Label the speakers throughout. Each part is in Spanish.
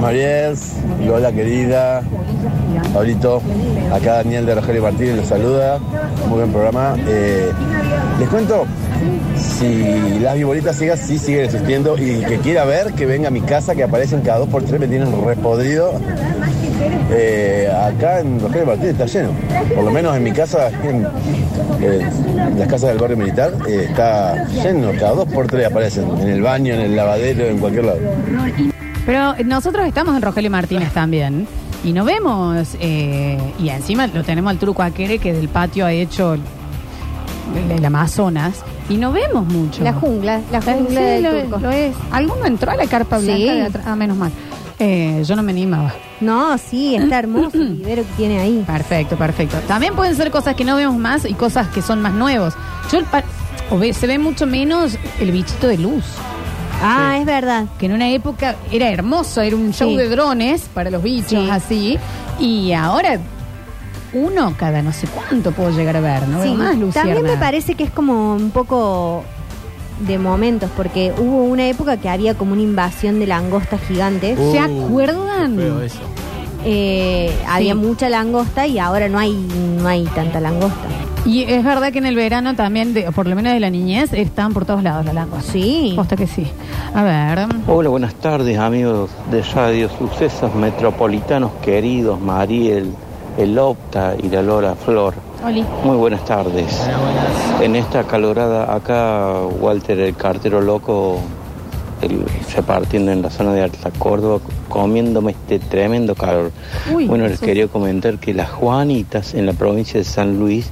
Speaker 1: Marías, Lola querida, Pablito, acá Daniel de Rogelio Martínez los saluda, muy buen programa. Eh, les cuento, si las vibolitas sigas, sí siguen existiendo y que quiera ver, que venga a mi casa, que aparecen cada dos por tres, me tienen repodrido. Eh, acá en Rogelio Martínez está lleno, por lo menos en mi casa, en, en las casas del barrio militar, eh, está lleno, cada dos por tres aparecen, en el baño, en el lavadero, en cualquier lado.
Speaker 2: Pero nosotros estamos en Rogelio Martínez también. Y no vemos, eh, y encima lo tenemos al truco aquere que del patio ha hecho el, el Amazonas, y no vemos mucho. Eh,
Speaker 3: La jungla, la jungla
Speaker 2: Sí,
Speaker 3: del
Speaker 2: lo,
Speaker 3: turco.
Speaker 2: lo es. ¿Alguno entró a la carpa blanca?
Speaker 3: Sí.
Speaker 2: de atrás? Ah, menos mal. Eh, yo no me animaba.
Speaker 3: No, sí, está hermoso el vivero que tiene ahí.
Speaker 2: Perfecto, perfecto. También pueden ser cosas que no vemos más y cosas que son más nuevos. Yo el pa- o ve- se ve mucho menos el bichito de luz,
Speaker 3: Ah, es verdad.
Speaker 2: que en una época era hermoso, era un show
Speaker 3: Sí.
Speaker 2: de drones para los bichos
Speaker 3: Sí.
Speaker 2: así, y ahora uno cada no sé cuánto puedo llegar a ver, ¿no?
Speaker 3: Sí,
Speaker 2: Veo más
Speaker 3: también me
Speaker 2: luciérnagas.
Speaker 3: parece que es como un poco de momentos, porque hubo una época que había como una invasión de langostas gigantes.
Speaker 2: ¿Se
Speaker 4: Uh,
Speaker 2: acuerdan?
Speaker 4: qué feo eso.
Speaker 3: Eh, Había mucha langosta y ahora no hay, no hay tanta langosta.
Speaker 2: Y es verdad que en el verano también, de- o por lo menos de la niñez, están por todos lados las languas.
Speaker 3: Sí.
Speaker 2: Posta que sí. A ver.
Speaker 5: Hola, buenas tardes amigos de Radio Sucesos Metropolitanos queridos, Mariel, el Opta y la Lora Flor.
Speaker 2: Oli.
Speaker 5: Muy buenas tardes.
Speaker 4: Buenas, buenas.
Speaker 5: En esta calorada acá, Walter, el cartero loco, el- repartiendo en la zona de Alta Córdoba, comiéndome este tremendo calor.
Speaker 2: Uy,
Speaker 5: bueno, les
Speaker 2: Jesús.
Speaker 5: quería comentar que las Juanitas en la provincia de San Luis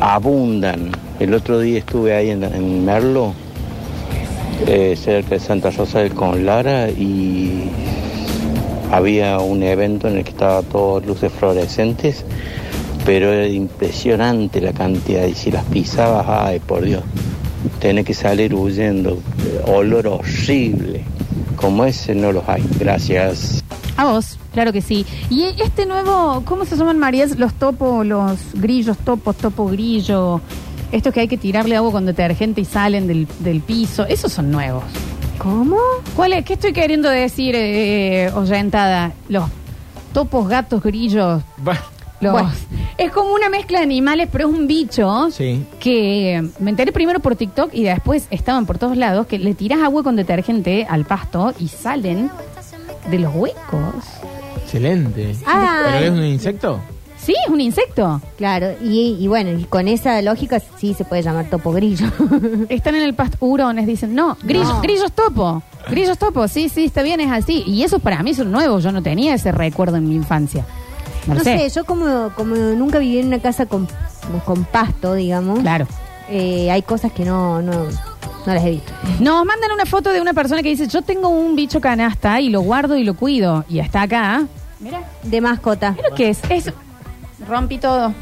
Speaker 5: abundan. El otro día estuve ahí en, la- en Merlo, eh, cerca de Santa Rosa del Conlara, y había un evento en el que estaba todo luces fluorescentes, pero era impresionante la cantidad. Y si las pisabas, ay, por Dios, tenés que salir huyendo. Olor horrible. Como ese no los hay. Gracias.
Speaker 2: A vos, claro que sí. Y este nuevo, ¿cómo se llaman Marías? Los topos, los grillos, topos, topo grillo. Estos que hay que tirarle agua con detergente y salen del, del piso. Esos son nuevos.
Speaker 3: ¿Cómo?
Speaker 2: ¿Cuál es? ¿Qué estoy queriendo decir, eh, oyentada? Los topos, gatos, grillos.
Speaker 4: Va.
Speaker 2: Los...
Speaker 3: Bueno.
Speaker 2: Es como una mezcla de animales, pero es un bicho
Speaker 4: Sí.
Speaker 2: que eh, me enteré primero por TikTok y después estaban por todos lados que le tiras agua con detergente al pasto y salen de los huecos.
Speaker 4: Excelente.
Speaker 3: Ah.
Speaker 4: ¿Pero es un insecto?
Speaker 2: Sí, es un insecto.
Speaker 3: Claro, y, y bueno, y con esa lógica sí se puede llamar topo grillo.
Speaker 2: Están en el pasto, hurones, dicen, no, grillos,
Speaker 3: No.
Speaker 2: grillos topo, grillos topo, sí, sí, está bien, es así. Y eso para mí son nuevos, yo no tenía ese recuerdo en mi infancia.
Speaker 3: no
Speaker 2: Merced.
Speaker 3: sé, yo como, como nunca viví en una casa con, con pasto, digamos,
Speaker 2: Claro.
Speaker 3: eh, hay cosas que no, no, no las he visto.
Speaker 2: Nos mandan una foto de una persona que dice, yo tengo un bicho canasta y lo guardo y lo cuido. Y está acá. Mira,
Speaker 3: De mascota.
Speaker 2: mira lo que es. Es... Rompí todo.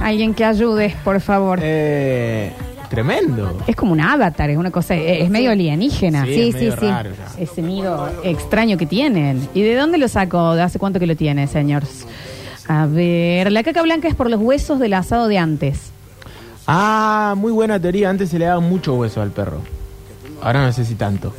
Speaker 2: Alguien que ayude, por favor.
Speaker 4: Eh, tremendo.
Speaker 2: Es como un avatar, es una cosa, es, es medio alienígena.
Speaker 3: Sí,
Speaker 4: es medio
Speaker 3: sí, sí.
Speaker 4: raro ya.
Speaker 2: Ese nido extraño que tienen. ¿Y de dónde lo sacó? ¿De hace cuánto que lo tiene, señor? A ver, la caca blanca es por los huesos del asado de antes.
Speaker 4: Ah, muy buena teoría. Antes se le daba mucho hueso al perro. Ahora no sé si tanto.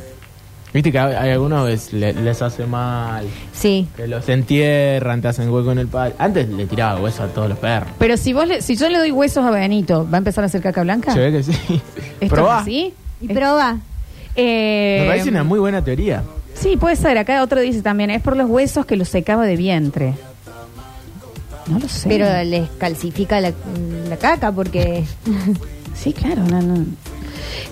Speaker 4: Viste que hay hay algunos que le- les hace mal,
Speaker 3: Sí.
Speaker 4: que los entierran, te hacen hueco en el palo. Antes le tiraba hueso a todos los perros.
Speaker 2: Pero si vos le- si yo le doy huesos a Benito, ¿va a empezar a hacer caca blanca?
Speaker 4: Se ve que sí.
Speaker 2: ¿Esto
Speaker 4: Probá.
Speaker 2: es así?
Speaker 3: Y proba.
Speaker 2: Eh,
Speaker 4: Me parece una muy buena teoría.
Speaker 2: Sí, puede ser. Acá otro dice también, es por los huesos que los secaba de vientre. No lo sé.
Speaker 3: Pero les calcifica la, la caca porque.
Speaker 2: Sí, claro, no, no.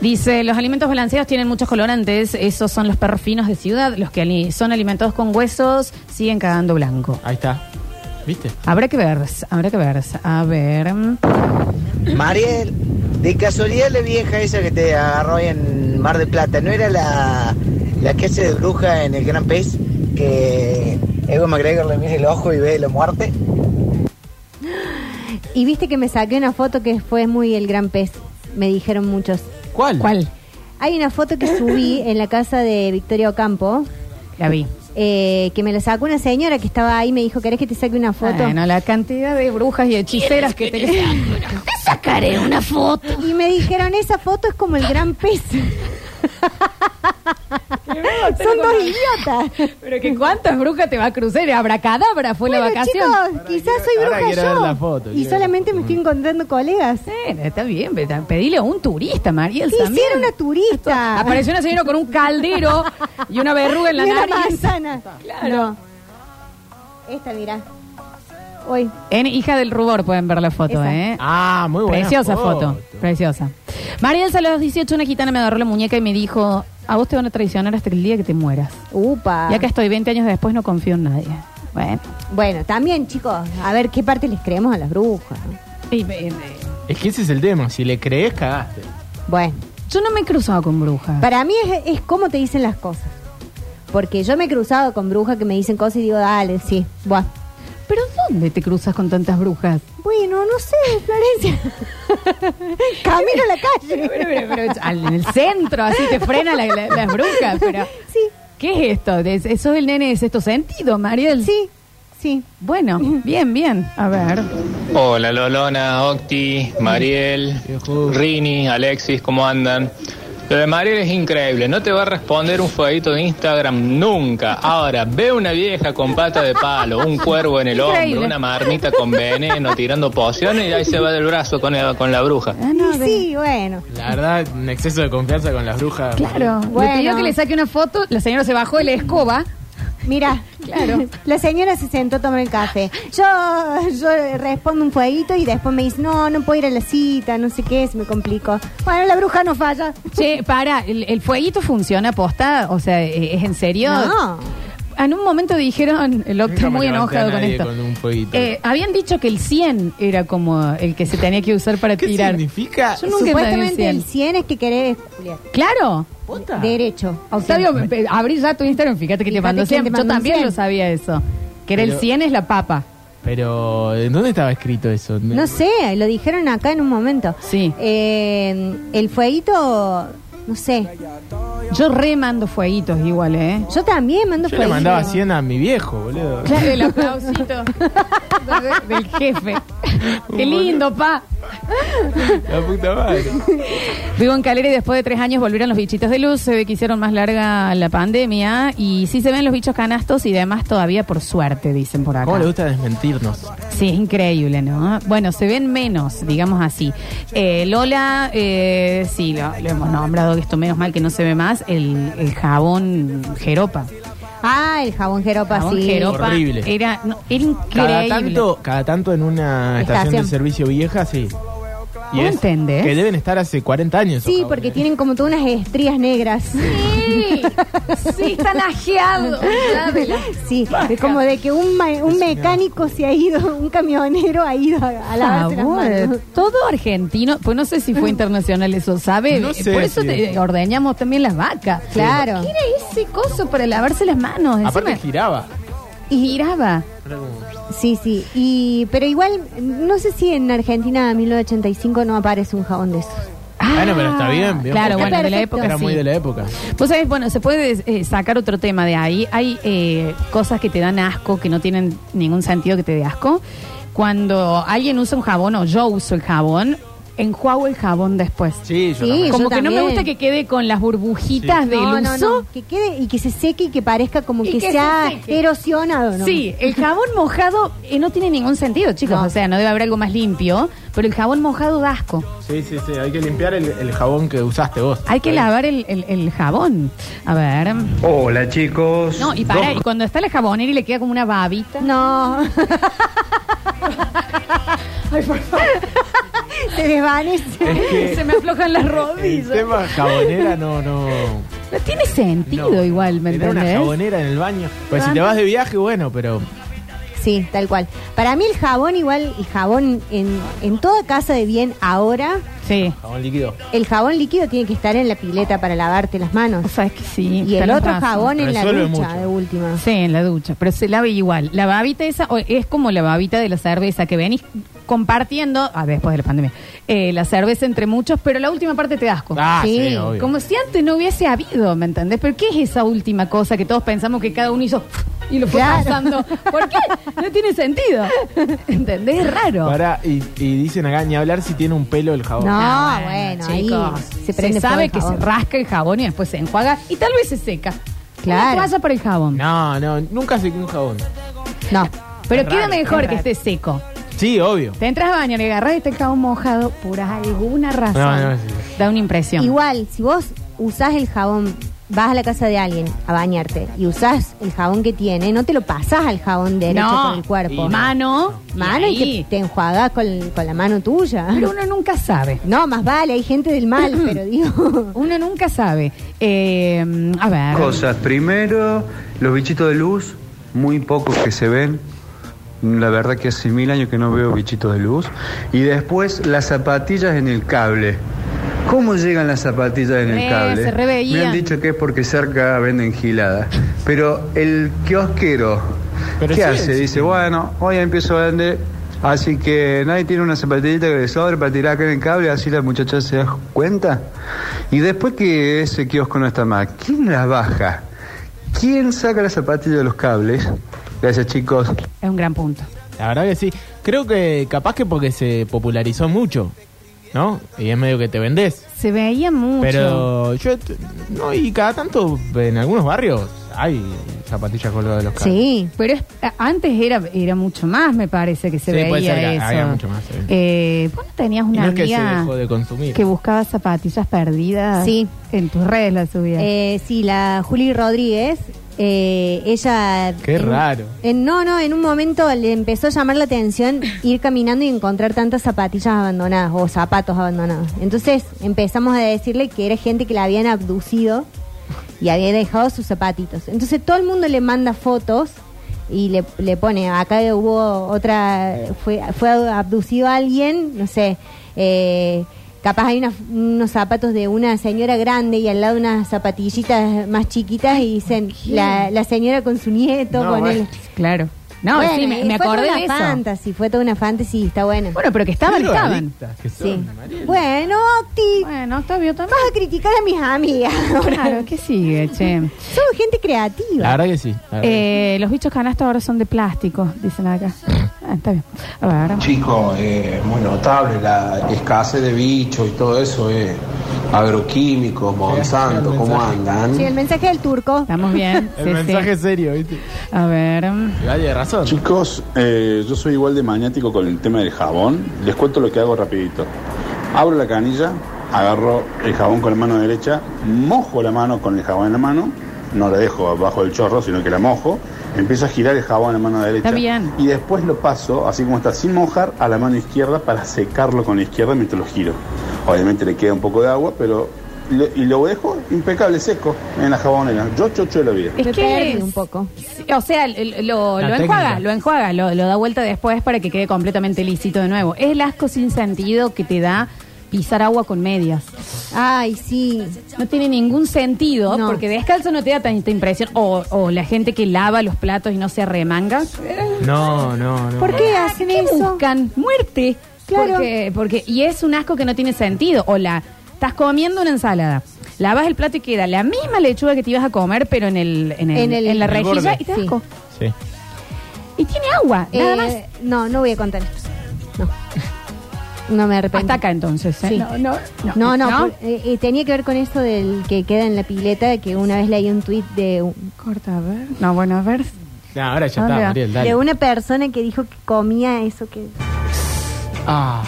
Speaker 2: Dice, los alimentos balanceados tienen muchos colorantes, esos son los perros finos de ciudad, los que ali- son alimentados con huesos siguen cagando blanco.
Speaker 4: Ahí está. ¿Viste?
Speaker 2: Habrá que ver, habrá que ver, a ver.
Speaker 6: Mariel, de casualidad la vieja esa que te agarró ahí en Mar del Plata, ¿no era la, la que hace de bruja en el Gran Pez? Que Evo McGregor le mira el ojo y ve la muerte.
Speaker 3: Y viste que me saqué una foto que fue muy el gran pez. Me dijeron muchos.
Speaker 4: ¿Cuál?
Speaker 2: ¿Cuál?
Speaker 3: Hay una foto que subí en la casa de Victoria Ocampo.
Speaker 2: La vi.
Speaker 3: eh, que me la sacó una señora que estaba ahí y me dijo, ¿querés que te saque una foto?
Speaker 2: Bueno, la cantidad de brujas y hechiceras que te Te sacaré una foto.
Speaker 3: Y me dijeron, esa foto es como el gran pez. Son dos idiotas.
Speaker 2: Pero que cuántas brujas te va a cruzar. Abracadabra fue la
Speaker 3: Bueno,
Speaker 2: vacación.
Speaker 3: chicos, quizás soy
Speaker 4: ahora
Speaker 3: bruja
Speaker 4: quiero ver
Speaker 3: yo.
Speaker 4: la foto,
Speaker 3: y
Speaker 4: quiero-
Speaker 3: solamente me estoy encontrando colegas.
Speaker 2: Bueno, está bien, pero ta- pedile a un turista, Mariel,
Speaker 3: Sí, sí,
Speaker 2: también.
Speaker 3: era una turista.
Speaker 2: Apareció una señora con un caldero y una verruga en la
Speaker 3: Y una
Speaker 2: nariz.
Speaker 3: manzana.
Speaker 2: Claro.
Speaker 3: No. Esta, mirá. Hoy.
Speaker 2: En Hija del Rubor pueden ver la foto,
Speaker 3: Esa.
Speaker 2: ¿eh?
Speaker 4: Ah, muy buena.
Speaker 2: Preciosa foto. preciosa. Mariel, a los 18, una gitana me agarró la muñeca y me dijo, a vos te van a traicionar hasta el día que te mueras.
Speaker 3: Upa.
Speaker 2: Y acá estoy, 20 años después no confío en nadie. Bueno.
Speaker 3: Bueno, también, chicos, a ver qué parte les creemos a las brujas. no?
Speaker 2: Y me- me-
Speaker 4: Es que ese es el tema. Si le crees, cagaste.
Speaker 3: Bueno,
Speaker 2: yo no me he cruzado con brujas.
Speaker 3: para mí es, es cómo te dicen las cosas. Porque yo me he cruzado con brujas que me dicen cosas y digo, dale, sí, buah.
Speaker 2: ¿Pero dónde te cruzas con tantas brujas?
Speaker 3: Bueno, no sé, Florencia. Camino a la calle.
Speaker 2: Pero, pero, pero, al- en el centro, así te frena la, la- las brujas. Pero,
Speaker 3: Sí,
Speaker 2: ¿Qué es esto? ¿Es- ¿Eso es el nene de sexto sentido, Mariel?
Speaker 3: sí, sí.
Speaker 2: Bueno, bien, bien. A ver.
Speaker 7: Hola Lolona, Octi, Mariel, Rini, Alexis, ¿cómo andan? Lo de Mariel es increíble, no te va a responder un fueguito de Instagram nunca. Ahora, ve una vieja con pata de palo, un cuervo en el
Speaker 2: Increíble.
Speaker 7: hombro, una marmita con veneno tirando pociones y ahí se va del brazo con, el- con la bruja.
Speaker 2: Ah, no,
Speaker 3: Y
Speaker 2: de-
Speaker 3: sí, bueno.
Speaker 4: La verdad, un exceso de confianza con las brujas.
Speaker 2: Claro.
Speaker 3: Bueno.
Speaker 2: Le pidió que le saque una foto, la señora se bajó de la escoba.
Speaker 3: Mira,
Speaker 2: Claro.
Speaker 3: la señora se sentó a tomar el café. Yo, yo respondo un fueguito y después me dice, no, no puedo ir a la cita, no sé qué, se me complicó. Bueno, la bruja no falla.
Speaker 2: Che, para, ¿el, el fueguito funciona posta? O sea, ¿e- ¿es en serio? Ah,
Speaker 3: No.
Speaker 2: En un momento dijeron, el
Speaker 4: Nunca
Speaker 2: doctor
Speaker 4: me
Speaker 2: muy
Speaker 4: levanté a
Speaker 2: enojado con
Speaker 4: nadie
Speaker 2: esto.
Speaker 4: con un fueguito.
Speaker 2: Eh, habían dicho que el 100 era como el que se tenía que usar para
Speaker 4: ¿Qué
Speaker 2: tirar.
Speaker 4: significa?
Speaker 2: Yo nunca entendí
Speaker 3: Supuestamente
Speaker 2: el
Speaker 3: el
Speaker 2: 100.
Speaker 3: 100 es que querés Julián.
Speaker 2: Claro.
Speaker 3: Derecho.
Speaker 2: Octavio, pe- eh, abrí ya tu Instagram, fíjate que te
Speaker 3: Fíjate
Speaker 2: mandó
Speaker 3: quién
Speaker 2: 100.
Speaker 3: te
Speaker 2: Yo
Speaker 3: mandó un
Speaker 2: también
Speaker 3: 100.
Speaker 2: lo sabía eso. Que era el
Speaker 4: Pero-
Speaker 2: 100 es la papa.
Speaker 4: Pero, ¿en dónde estaba escrito eso?
Speaker 3: No sé, lo dijeron acá en un momento.
Speaker 2: Sí.
Speaker 3: Eh, el fueguito, no sé.
Speaker 2: Yo re mando fueguitos igual, ¿eh?
Speaker 3: Yo también mando
Speaker 4: Yo le
Speaker 3: fueguito.
Speaker 4: mandaba 100 a mi viejo, boludo.
Speaker 2: pues, Claro, el aplausito de- del jefe. Qué lindo, pa.
Speaker 4: La puta madre.
Speaker 2: Vivo en Calera y después de tres años volvieron los bichitos de luz. Se ve que hicieron más larga la pandemia. Y sí se ven los bichos canastos y demás todavía por suerte, dicen por acá.
Speaker 4: ¿Cómo le gusta desmentirnos?
Speaker 2: Sí, es increíble, ¿no? Bueno, se ven menos, digamos así. Eh, Lola, eh, sí, lo, lo hemos nombrado, que esto menos mal que no se ve más, el, el jabón jeropa.
Speaker 3: Ah, el jabón jeropa,
Speaker 2: Jabón
Speaker 3: sí.
Speaker 2: jeropa
Speaker 4: Horrible.
Speaker 2: Era, no, era increíble.
Speaker 4: Cada tanto, cada tanto en una estación,
Speaker 3: Estación.
Speaker 4: de servicio vieja, sí.
Speaker 2: ¿Vos entendés?
Speaker 4: Que deben estar hace 40 años.
Speaker 3: Sí,
Speaker 4: ojalá.
Speaker 3: porque tienen como todas unas estrías negras.
Speaker 2: Sí, sí, están ajeados.
Speaker 3: Sí, es como de que un, ma- un mecánico se ha ido, un camionero ha ido a, a
Speaker 2: Ah,
Speaker 3: lavarse las manos.
Speaker 2: todo argentino, pues no sé si fue internacional eso, ¿sabe?
Speaker 4: No sé
Speaker 2: Por eso
Speaker 4: si
Speaker 2: te-
Speaker 4: es.
Speaker 2: ordeñamos también las vacas.
Speaker 3: Claro.
Speaker 2: ¿Qué era ese coso para lavarse las manos?
Speaker 4: Ah. Aparte
Speaker 2: Encima- Ah.
Speaker 4: giraba.
Speaker 2: y giraba.
Speaker 4: Era como-
Speaker 3: Sí, sí. Y, pero igual, no sé si en Argentina 1985 no aparece un jabón de esos.
Speaker 4: Bueno, pero está bien. bien
Speaker 2: Ah. Claro,
Speaker 4: porque
Speaker 2: bueno, de la
Speaker 3: perfecto.
Speaker 2: época
Speaker 4: Era
Speaker 2: sí.
Speaker 4: muy de la época.
Speaker 2: Vos sabés, bueno, se puede eh, sacar otro tema de ahí. Hay eh, cosas que te dan asco, que no tienen ningún sentido que te dé asco. Cuando alguien usa un jabón o yo uso el jabón, enjuago el jabón después.
Speaker 4: Sí, yo
Speaker 3: Sí,
Speaker 4: también.
Speaker 2: Como
Speaker 3: yo
Speaker 2: que no
Speaker 3: también.
Speaker 2: me gusta que quede con las burbujitas
Speaker 4: Sí.
Speaker 2: del
Speaker 3: No, no,
Speaker 2: uso.
Speaker 3: no. Que quede y que se seque y que parezca como
Speaker 2: Y
Speaker 3: que,
Speaker 2: que
Speaker 3: se ha
Speaker 2: se seque.
Speaker 3: erosionado, ¿no?
Speaker 2: Sí, el jabón mojado eh, no tiene ningún sentido, chicos.
Speaker 3: No.
Speaker 2: O sea, no debe haber algo más limpio, pero el jabón mojado da asco.
Speaker 4: Sí, sí, sí. Hay que limpiar el, el jabón que usaste vos.
Speaker 2: Hay que lavar el, el- el jabón. A ver.
Speaker 8: Hola chicos.
Speaker 2: No, y para, y cuando está la jabonera y le queda como una babita.
Speaker 3: No. Se desvanece.
Speaker 4: Es
Speaker 2: Se
Speaker 4: que
Speaker 2: me aflojan las
Speaker 4: el
Speaker 2: rodillas.
Speaker 4: tema jabonera no, no.
Speaker 2: No tiene sentido
Speaker 4: no.
Speaker 2: igual, ¿me
Speaker 4: Tener una
Speaker 2: entendés?
Speaker 4: jabonera en el baño. Pues si te vas de viaje, bueno, pero
Speaker 3: Sí, tal cual. Para mí el jabón igual, el jabón en, en toda casa de bien ahora,
Speaker 2: Sí.
Speaker 4: jabón líquido.
Speaker 3: el jabón líquido tiene que estar en la pileta para lavarte las manos.
Speaker 2: O sea, es que sí.
Speaker 3: Y el
Speaker 2: tenés
Speaker 3: otro
Speaker 2: razón.
Speaker 3: jabón en la
Speaker 4: Resuelve
Speaker 3: ducha,
Speaker 4: mucho.
Speaker 3: de última.
Speaker 2: Sí, en la ducha, pero se lava igual. La babita esa o- es como la babita de la cerveza que venís compartiendo, ah, después de la pandemia, eh, la cerveza entre muchos, pero la última parte te da asco.
Speaker 4: Ah, sí,
Speaker 3: Sí,
Speaker 4: obvio.
Speaker 2: Como si antes no hubiese habido, ¿me entendés? ¿Pero qué es esa última cosa que todos pensamos que cada uno hizo y lo fue
Speaker 3: Claro.
Speaker 2: pasando? ¿Por qué? No tiene sentido. ¿Entendés? Es raro.
Speaker 4: Pará, y, y dicen acá, ni hablar si tiene un pelo el jabón.
Speaker 3: No.
Speaker 2: Ah,
Speaker 3: bueno, ahí se
Speaker 2: se,
Speaker 3: prende fuego
Speaker 2: sabe
Speaker 3: el
Speaker 2: que se
Speaker 3: jabón.
Speaker 2: rasca el jabón y después se enjuaga y tal vez se seca.
Speaker 3: Claro.
Speaker 2: Una toalla para el jabón.
Speaker 4: No, no, nunca sequé un jabón.
Speaker 2: No. Pero
Speaker 4: Es
Speaker 2: queda
Speaker 4: raro,
Speaker 2: mejor
Speaker 3: es
Speaker 2: que
Speaker 3: raro.
Speaker 2: esté seco.
Speaker 4: Sí, obvio.
Speaker 2: Te entras a baño, le agarras este jabón mojado por alguna razón.
Speaker 4: No, no, sí, sí.
Speaker 2: Da una impresión.
Speaker 3: Igual, si vos usás el jabón, vas a la casa de alguien a bañarte y usás el jabón que tiene, no te lo pasás al jabón derecho
Speaker 2: no,
Speaker 3: con el cuerpo.
Speaker 2: y mano,
Speaker 3: Mano y,
Speaker 2: ahí.
Speaker 3: que te enjuagás con, con la mano tuya.
Speaker 2: Pero uno nunca sabe.
Speaker 3: No, más vale, hay gente del mal, pero digo.
Speaker 2: Uno nunca sabe. Eh, a ver.
Speaker 8: Cosas. Primero, los bichitos de luz, muy pocos que se ven. La verdad que hace mil años que no veo bichitos de luz. Y después, las zapatillas en el cable. ¿Cómo llegan las zapatillas en
Speaker 2: Eh,
Speaker 8: el cable?
Speaker 2: se re veían.
Speaker 8: Me han dicho que es porque cerca venden giladas. Pero el kiosquero,
Speaker 4: Pero
Speaker 8: ¿qué
Speaker 4: sí
Speaker 8: hace?
Speaker 4: existe.
Speaker 8: Dice, bueno, hoy empiezo a vender, así que nadie tiene una zapatillita que le sobre para tirar acá en el cable, así la muchacha se da cuenta. Y después que ese kiosco no está más, ¿quién las baja? ¿Quién saca las zapatillas de los cables? Gracias chicos.
Speaker 2: Es un gran punto.
Speaker 4: La verdad que sí. Creo que capaz que porque se popularizó mucho, ¿no? Y es medio que te vendés.
Speaker 2: Se veía mucho.
Speaker 4: Pero yo, t- no, y cada tanto en algunos barrios hay zapatillas colgadas de los carros.
Speaker 3: Sí.
Speaker 2: Pero es- a- antes era, era mucho más, me parece, que se
Speaker 4: Sí,
Speaker 2: veía
Speaker 4: puede ser que
Speaker 2: eso.
Speaker 4: había mucho más, sí.
Speaker 2: Eh, vos no tenías
Speaker 4: Y
Speaker 2: una
Speaker 4: no es que se
Speaker 2: amiga
Speaker 4: dejó de
Speaker 2: que,
Speaker 4: consumir.
Speaker 2: buscaba zapatillas perdidas.
Speaker 3: Sí.
Speaker 2: En tus redes las subías.
Speaker 3: Eh, sí, la Juli Rodríguez, eh, ella...
Speaker 4: Qué
Speaker 3: en-
Speaker 4: raro.
Speaker 3: en- no, no, en un momento le empezó a llamar la atención ir caminando y encontrar tantas zapatillas abandonadas o zapatos abandonados. Entonces empezamos a decirle que era gente que la habían abducido y había dejado sus zapatitos. Entonces todo el mundo le manda fotos y le, le pone, acá hubo otra, fue, fue abducido alguien, no sé, eh, capaz hay una- unos zapatos de una señora grande y al lado unas zapatillitas más chiquitas y dicen, la, la señora con su nieto,
Speaker 4: No,
Speaker 3: con
Speaker 4: bueno.
Speaker 3: él.
Speaker 2: claro. No,
Speaker 3: Bueno,
Speaker 2: sí, me,
Speaker 3: y
Speaker 2: me
Speaker 3: fue toda
Speaker 2: acordé
Speaker 3: una
Speaker 2: de eso.
Speaker 3: fantasy, fue toda una fantasy, está bueno.
Speaker 2: Bueno, pero que
Speaker 4: Qué
Speaker 2: estaban, estaban.
Speaker 4: drogadictas que son,
Speaker 3: Sí.
Speaker 4: Mariel.
Speaker 3: Bueno, Octi,
Speaker 2: Bueno, Octavio también.
Speaker 3: vas a criticar a mis amigas.
Speaker 2: Claro, ¿qué sigue, che?
Speaker 3: Somos gente creativa.
Speaker 4: La verdad que sí. la verdad que sí.
Speaker 2: Eh, los bichos canastos ahora son de plástico, dicen acá. Ah, está bien. A ver.
Speaker 9: Chicos, eh, muy notable la escasez de bichos y todo eso, eh. agroquímicos, Monsanto,
Speaker 4: el
Speaker 9: ¿cómo
Speaker 4: mensaje.
Speaker 9: andan?
Speaker 3: Sí, el mensaje del turco.
Speaker 2: Estamos bien.
Speaker 4: El
Speaker 2: Sí, sí.
Speaker 4: mensaje es serio, ¿viste?
Speaker 2: A ver.
Speaker 4: Y vaya razón.
Speaker 10: Chicos, eh, yo soy igual de maniático con el tema del jabón. Les cuento lo que hago rapidito. Abro la canilla, agarro el jabón con la mano derecha, mojo la mano con el jabón en la mano, no la dejo abajo del chorro, sino que la mojo, empiezo a girar el jabón en la mano derecha
Speaker 2: Está bien.
Speaker 10: y después lo paso, así como está, sin mojar, a la mano izquierda para secarlo con la izquierda mientras lo giro. Obviamente le queda un poco de agua, pero... lo- y lo dejo impecable, seco, en la jabonera. Yo chocho de la vida.
Speaker 3: Me
Speaker 2: Es que.
Speaker 3: perdí un poco.
Speaker 2: Sí, O sea, l- lo,
Speaker 4: La
Speaker 2: lo
Speaker 4: técnica.
Speaker 2: enjuaga, lo enjuaga, lo, lo da vuelta después para que quede completamente lícito de nuevo. Es el asco sin sentido que te da pisar agua con medias.
Speaker 3: Ay, sí.
Speaker 2: No tiene ningún sentido,
Speaker 3: No.
Speaker 2: porque descalzo no te da tanta impresión. O, o la gente que lava los platos y no se arremanga.
Speaker 4: No, no, no.
Speaker 3: ¿Por Ah, qué hacen
Speaker 2: ¿Qué
Speaker 3: eso?
Speaker 2: buscan? Muerte.
Speaker 3: Claro.
Speaker 2: Porque, porque, y es un asco que no tiene sentido. O la, estás comiendo una ensalada, lavas el plato y queda la misma lechuga que te ibas a comer, pero en el, en, el-
Speaker 3: En el-
Speaker 2: en la
Speaker 4: En el
Speaker 2: rejilla
Speaker 4: borde.
Speaker 2: y te da
Speaker 3: Sí.
Speaker 2: asco.
Speaker 4: Sí.
Speaker 2: Y tiene agua,
Speaker 3: Eh,
Speaker 2: nada más.
Speaker 3: No, no voy a contar. No. No me arrepiento.
Speaker 2: Hasta acá entonces. ¿eh?
Speaker 3: Sí.
Speaker 2: No, no,
Speaker 3: No, no, por- eh, eh, tenía que ver con esto del que queda en la pileta, que una vez leí un tuit de, un-
Speaker 2: Corta, a ver. No, bueno, a ver.
Speaker 4: No, ahora ya
Speaker 2: Ah,
Speaker 4: está,
Speaker 2: mira.
Speaker 4: Mariel, dale.
Speaker 3: de una persona que dijo que comía eso que...
Speaker 4: Ah,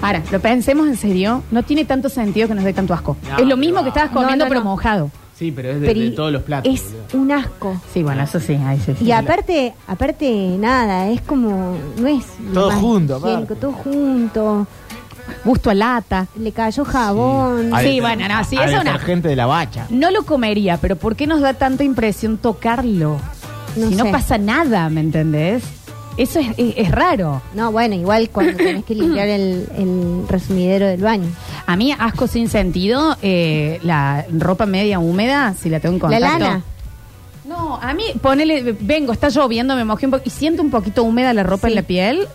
Speaker 2: Ahora, lo pensemos en serio. No tiene tanto sentido que nos dé tanto asco.
Speaker 4: No,
Speaker 2: es lo
Speaker 4: pero
Speaker 2: mismo que estabas
Speaker 3: no,
Speaker 2: comiendo,
Speaker 3: no,
Speaker 2: pero
Speaker 3: no.
Speaker 2: mojado.
Speaker 4: sí, pero es de,
Speaker 3: Pero
Speaker 4: de
Speaker 3: y-
Speaker 4: todos los platos.
Speaker 3: Es
Speaker 4: boludo.
Speaker 3: un asco.
Speaker 2: Sí, bueno, eso sí, ahí sí.
Speaker 3: Y aparte, aparte nada, es como, no es... lo
Speaker 4: Todo
Speaker 3: más
Speaker 4: junto,
Speaker 3: higiénico,
Speaker 4: aparte.
Speaker 3: Todo junto,
Speaker 2: Gusto a lata.
Speaker 3: le cayó jabón.
Speaker 4: Al
Speaker 2: Sí,
Speaker 4: deter-
Speaker 2: bueno, no, sí,
Speaker 4: al
Speaker 2: eso no.
Speaker 4: detergente de la bacha.
Speaker 2: No lo comería, pero ¿por qué nos da tanta impresión tocarlo?
Speaker 3: No
Speaker 2: si no
Speaker 3: sé.
Speaker 2: pasa nada, ¿me entendés? Eso es, es- es raro.
Speaker 3: No, bueno, igual cuando tenés que limpiar el, el resumidero del baño.
Speaker 2: A mí, asco sin sentido, eh, la ropa media húmeda, si la tengo en
Speaker 3: La
Speaker 2: contacto.
Speaker 3: lana.
Speaker 2: No, a mí, ponele, vengo, está lloviendo, me mojé un poco y siento un poquito húmeda la ropa en la piel.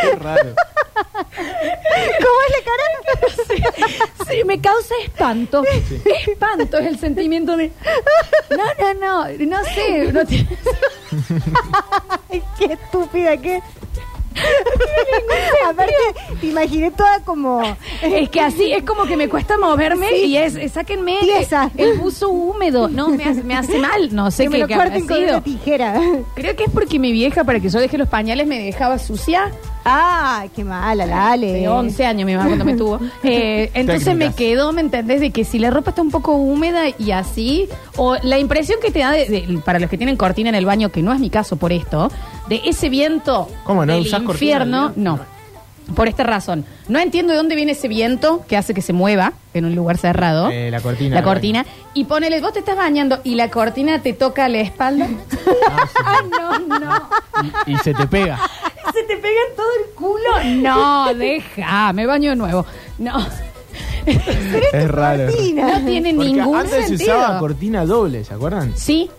Speaker 4: Qué raro.
Speaker 2: ¿Cómo es la cara? sí, sí, me causa espanto. Espanto es el sentimiento de. No, no, no, no sé. No tiene...
Speaker 3: Ay, qué estúpida que. Aparte, te imaginé toda como.
Speaker 2: Es que así es como que me cuesta moverme
Speaker 3: Sí.
Speaker 2: y es, eh, sáquenme
Speaker 3: Tiesa.
Speaker 2: el, el buzo húmedo. No, me hace, me hace mal. No sé
Speaker 3: que me
Speaker 2: qué
Speaker 3: lo
Speaker 2: qué habrá
Speaker 3: corten con
Speaker 2: sido.
Speaker 3: una tijera.
Speaker 2: Creo que es porque mi vieja, para que yo deje los pañales, me dejaba sucia.
Speaker 3: Ah, qué mala, dale.
Speaker 2: De 11 años mi mamá cuando me tuvo. Eh, entonces me
Speaker 4: Técnicas.
Speaker 2: quedó, ¿me entendés? De que si la ropa está un poco húmeda y así, o la impresión que te da de- de- para los que tienen cortina en el baño, que no es mi caso por esto, de ese viento
Speaker 4: ¿Cómo no
Speaker 2: del
Speaker 4: usás cortina
Speaker 2: infierno,
Speaker 4: de
Speaker 2: no. Por esta razón. No entiendo de dónde viene ese viento que hace que se mueva en un lugar cerrado.
Speaker 4: Eh, la cortina.
Speaker 2: La cortina. Y ponele, vos te estás bañando y la cortina te toca la espalda. Ah, no, no.
Speaker 4: Y se te pega.
Speaker 2: Se te pega en todo el culo. No, deja, me baño de nuevo. No.
Speaker 4: es raro.
Speaker 2: No tiene
Speaker 4: Porque
Speaker 2: ningún
Speaker 4: antes se
Speaker 2: sentido.
Speaker 4: usaba cortina doble, ¿se acuerdan?
Speaker 2: sí.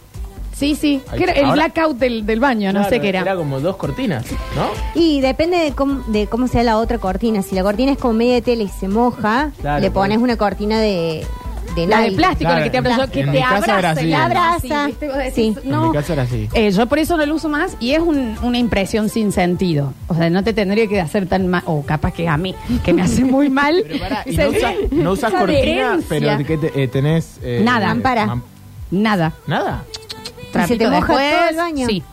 Speaker 2: Sí, sí.
Speaker 4: Ahí
Speaker 2: Era
Speaker 4: está.
Speaker 2: el
Speaker 4: Ahora-
Speaker 2: blackout del, del baño, no
Speaker 4: Claro,
Speaker 2: sé qué era.
Speaker 4: Era como dos cortinas, ¿no?
Speaker 3: Y depende de cómo, de cómo sea la otra cortina. Si la cortina es como medio de tela y se moja,
Speaker 4: Claro,
Speaker 3: le pones
Speaker 4: pues.
Speaker 3: una cortina de, de
Speaker 2: La de
Speaker 3: nylon.
Speaker 2: plástico, la
Speaker 4: Claro,
Speaker 2: que te abrazó,
Speaker 4: en
Speaker 2: que
Speaker 4: mi
Speaker 2: te
Speaker 4: casa era
Speaker 2: abraza,
Speaker 4: así.
Speaker 2: y la abraza.
Speaker 3: Abraza.
Speaker 2: Ah, ¿viste? Vos decís,
Speaker 3: Sí.
Speaker 2: no.
Speaker 4: En mi casa era así.
Speaker 2: Eh, yo por eso no lo uso más y es un- una impresión sin sentido. O sea, no te tendría que hacer tan mal, o capaz que a mí, que me hace muy mal.
Speaker 4: Pero pará, y
Speaker 2: Esa-
Speaker 4: no usas, no usas
Speaker 2: esa
Speaker 4: cortina,
Speaker 2: adherencia.
Speaker 4: pero ¿de qué te- eh, tenés... eh,
Speaker 2: Nada.
Speaker 3: Mampara.
Speaker 4: mam-
Speaker 2: Nada.
Speaker 4: ¿Nada?
Speaker 2: Trapito
Speaker 3: se te moja
Speaker 2: después.
Speaker 3: todo el baño.
Speaker 2: Sí.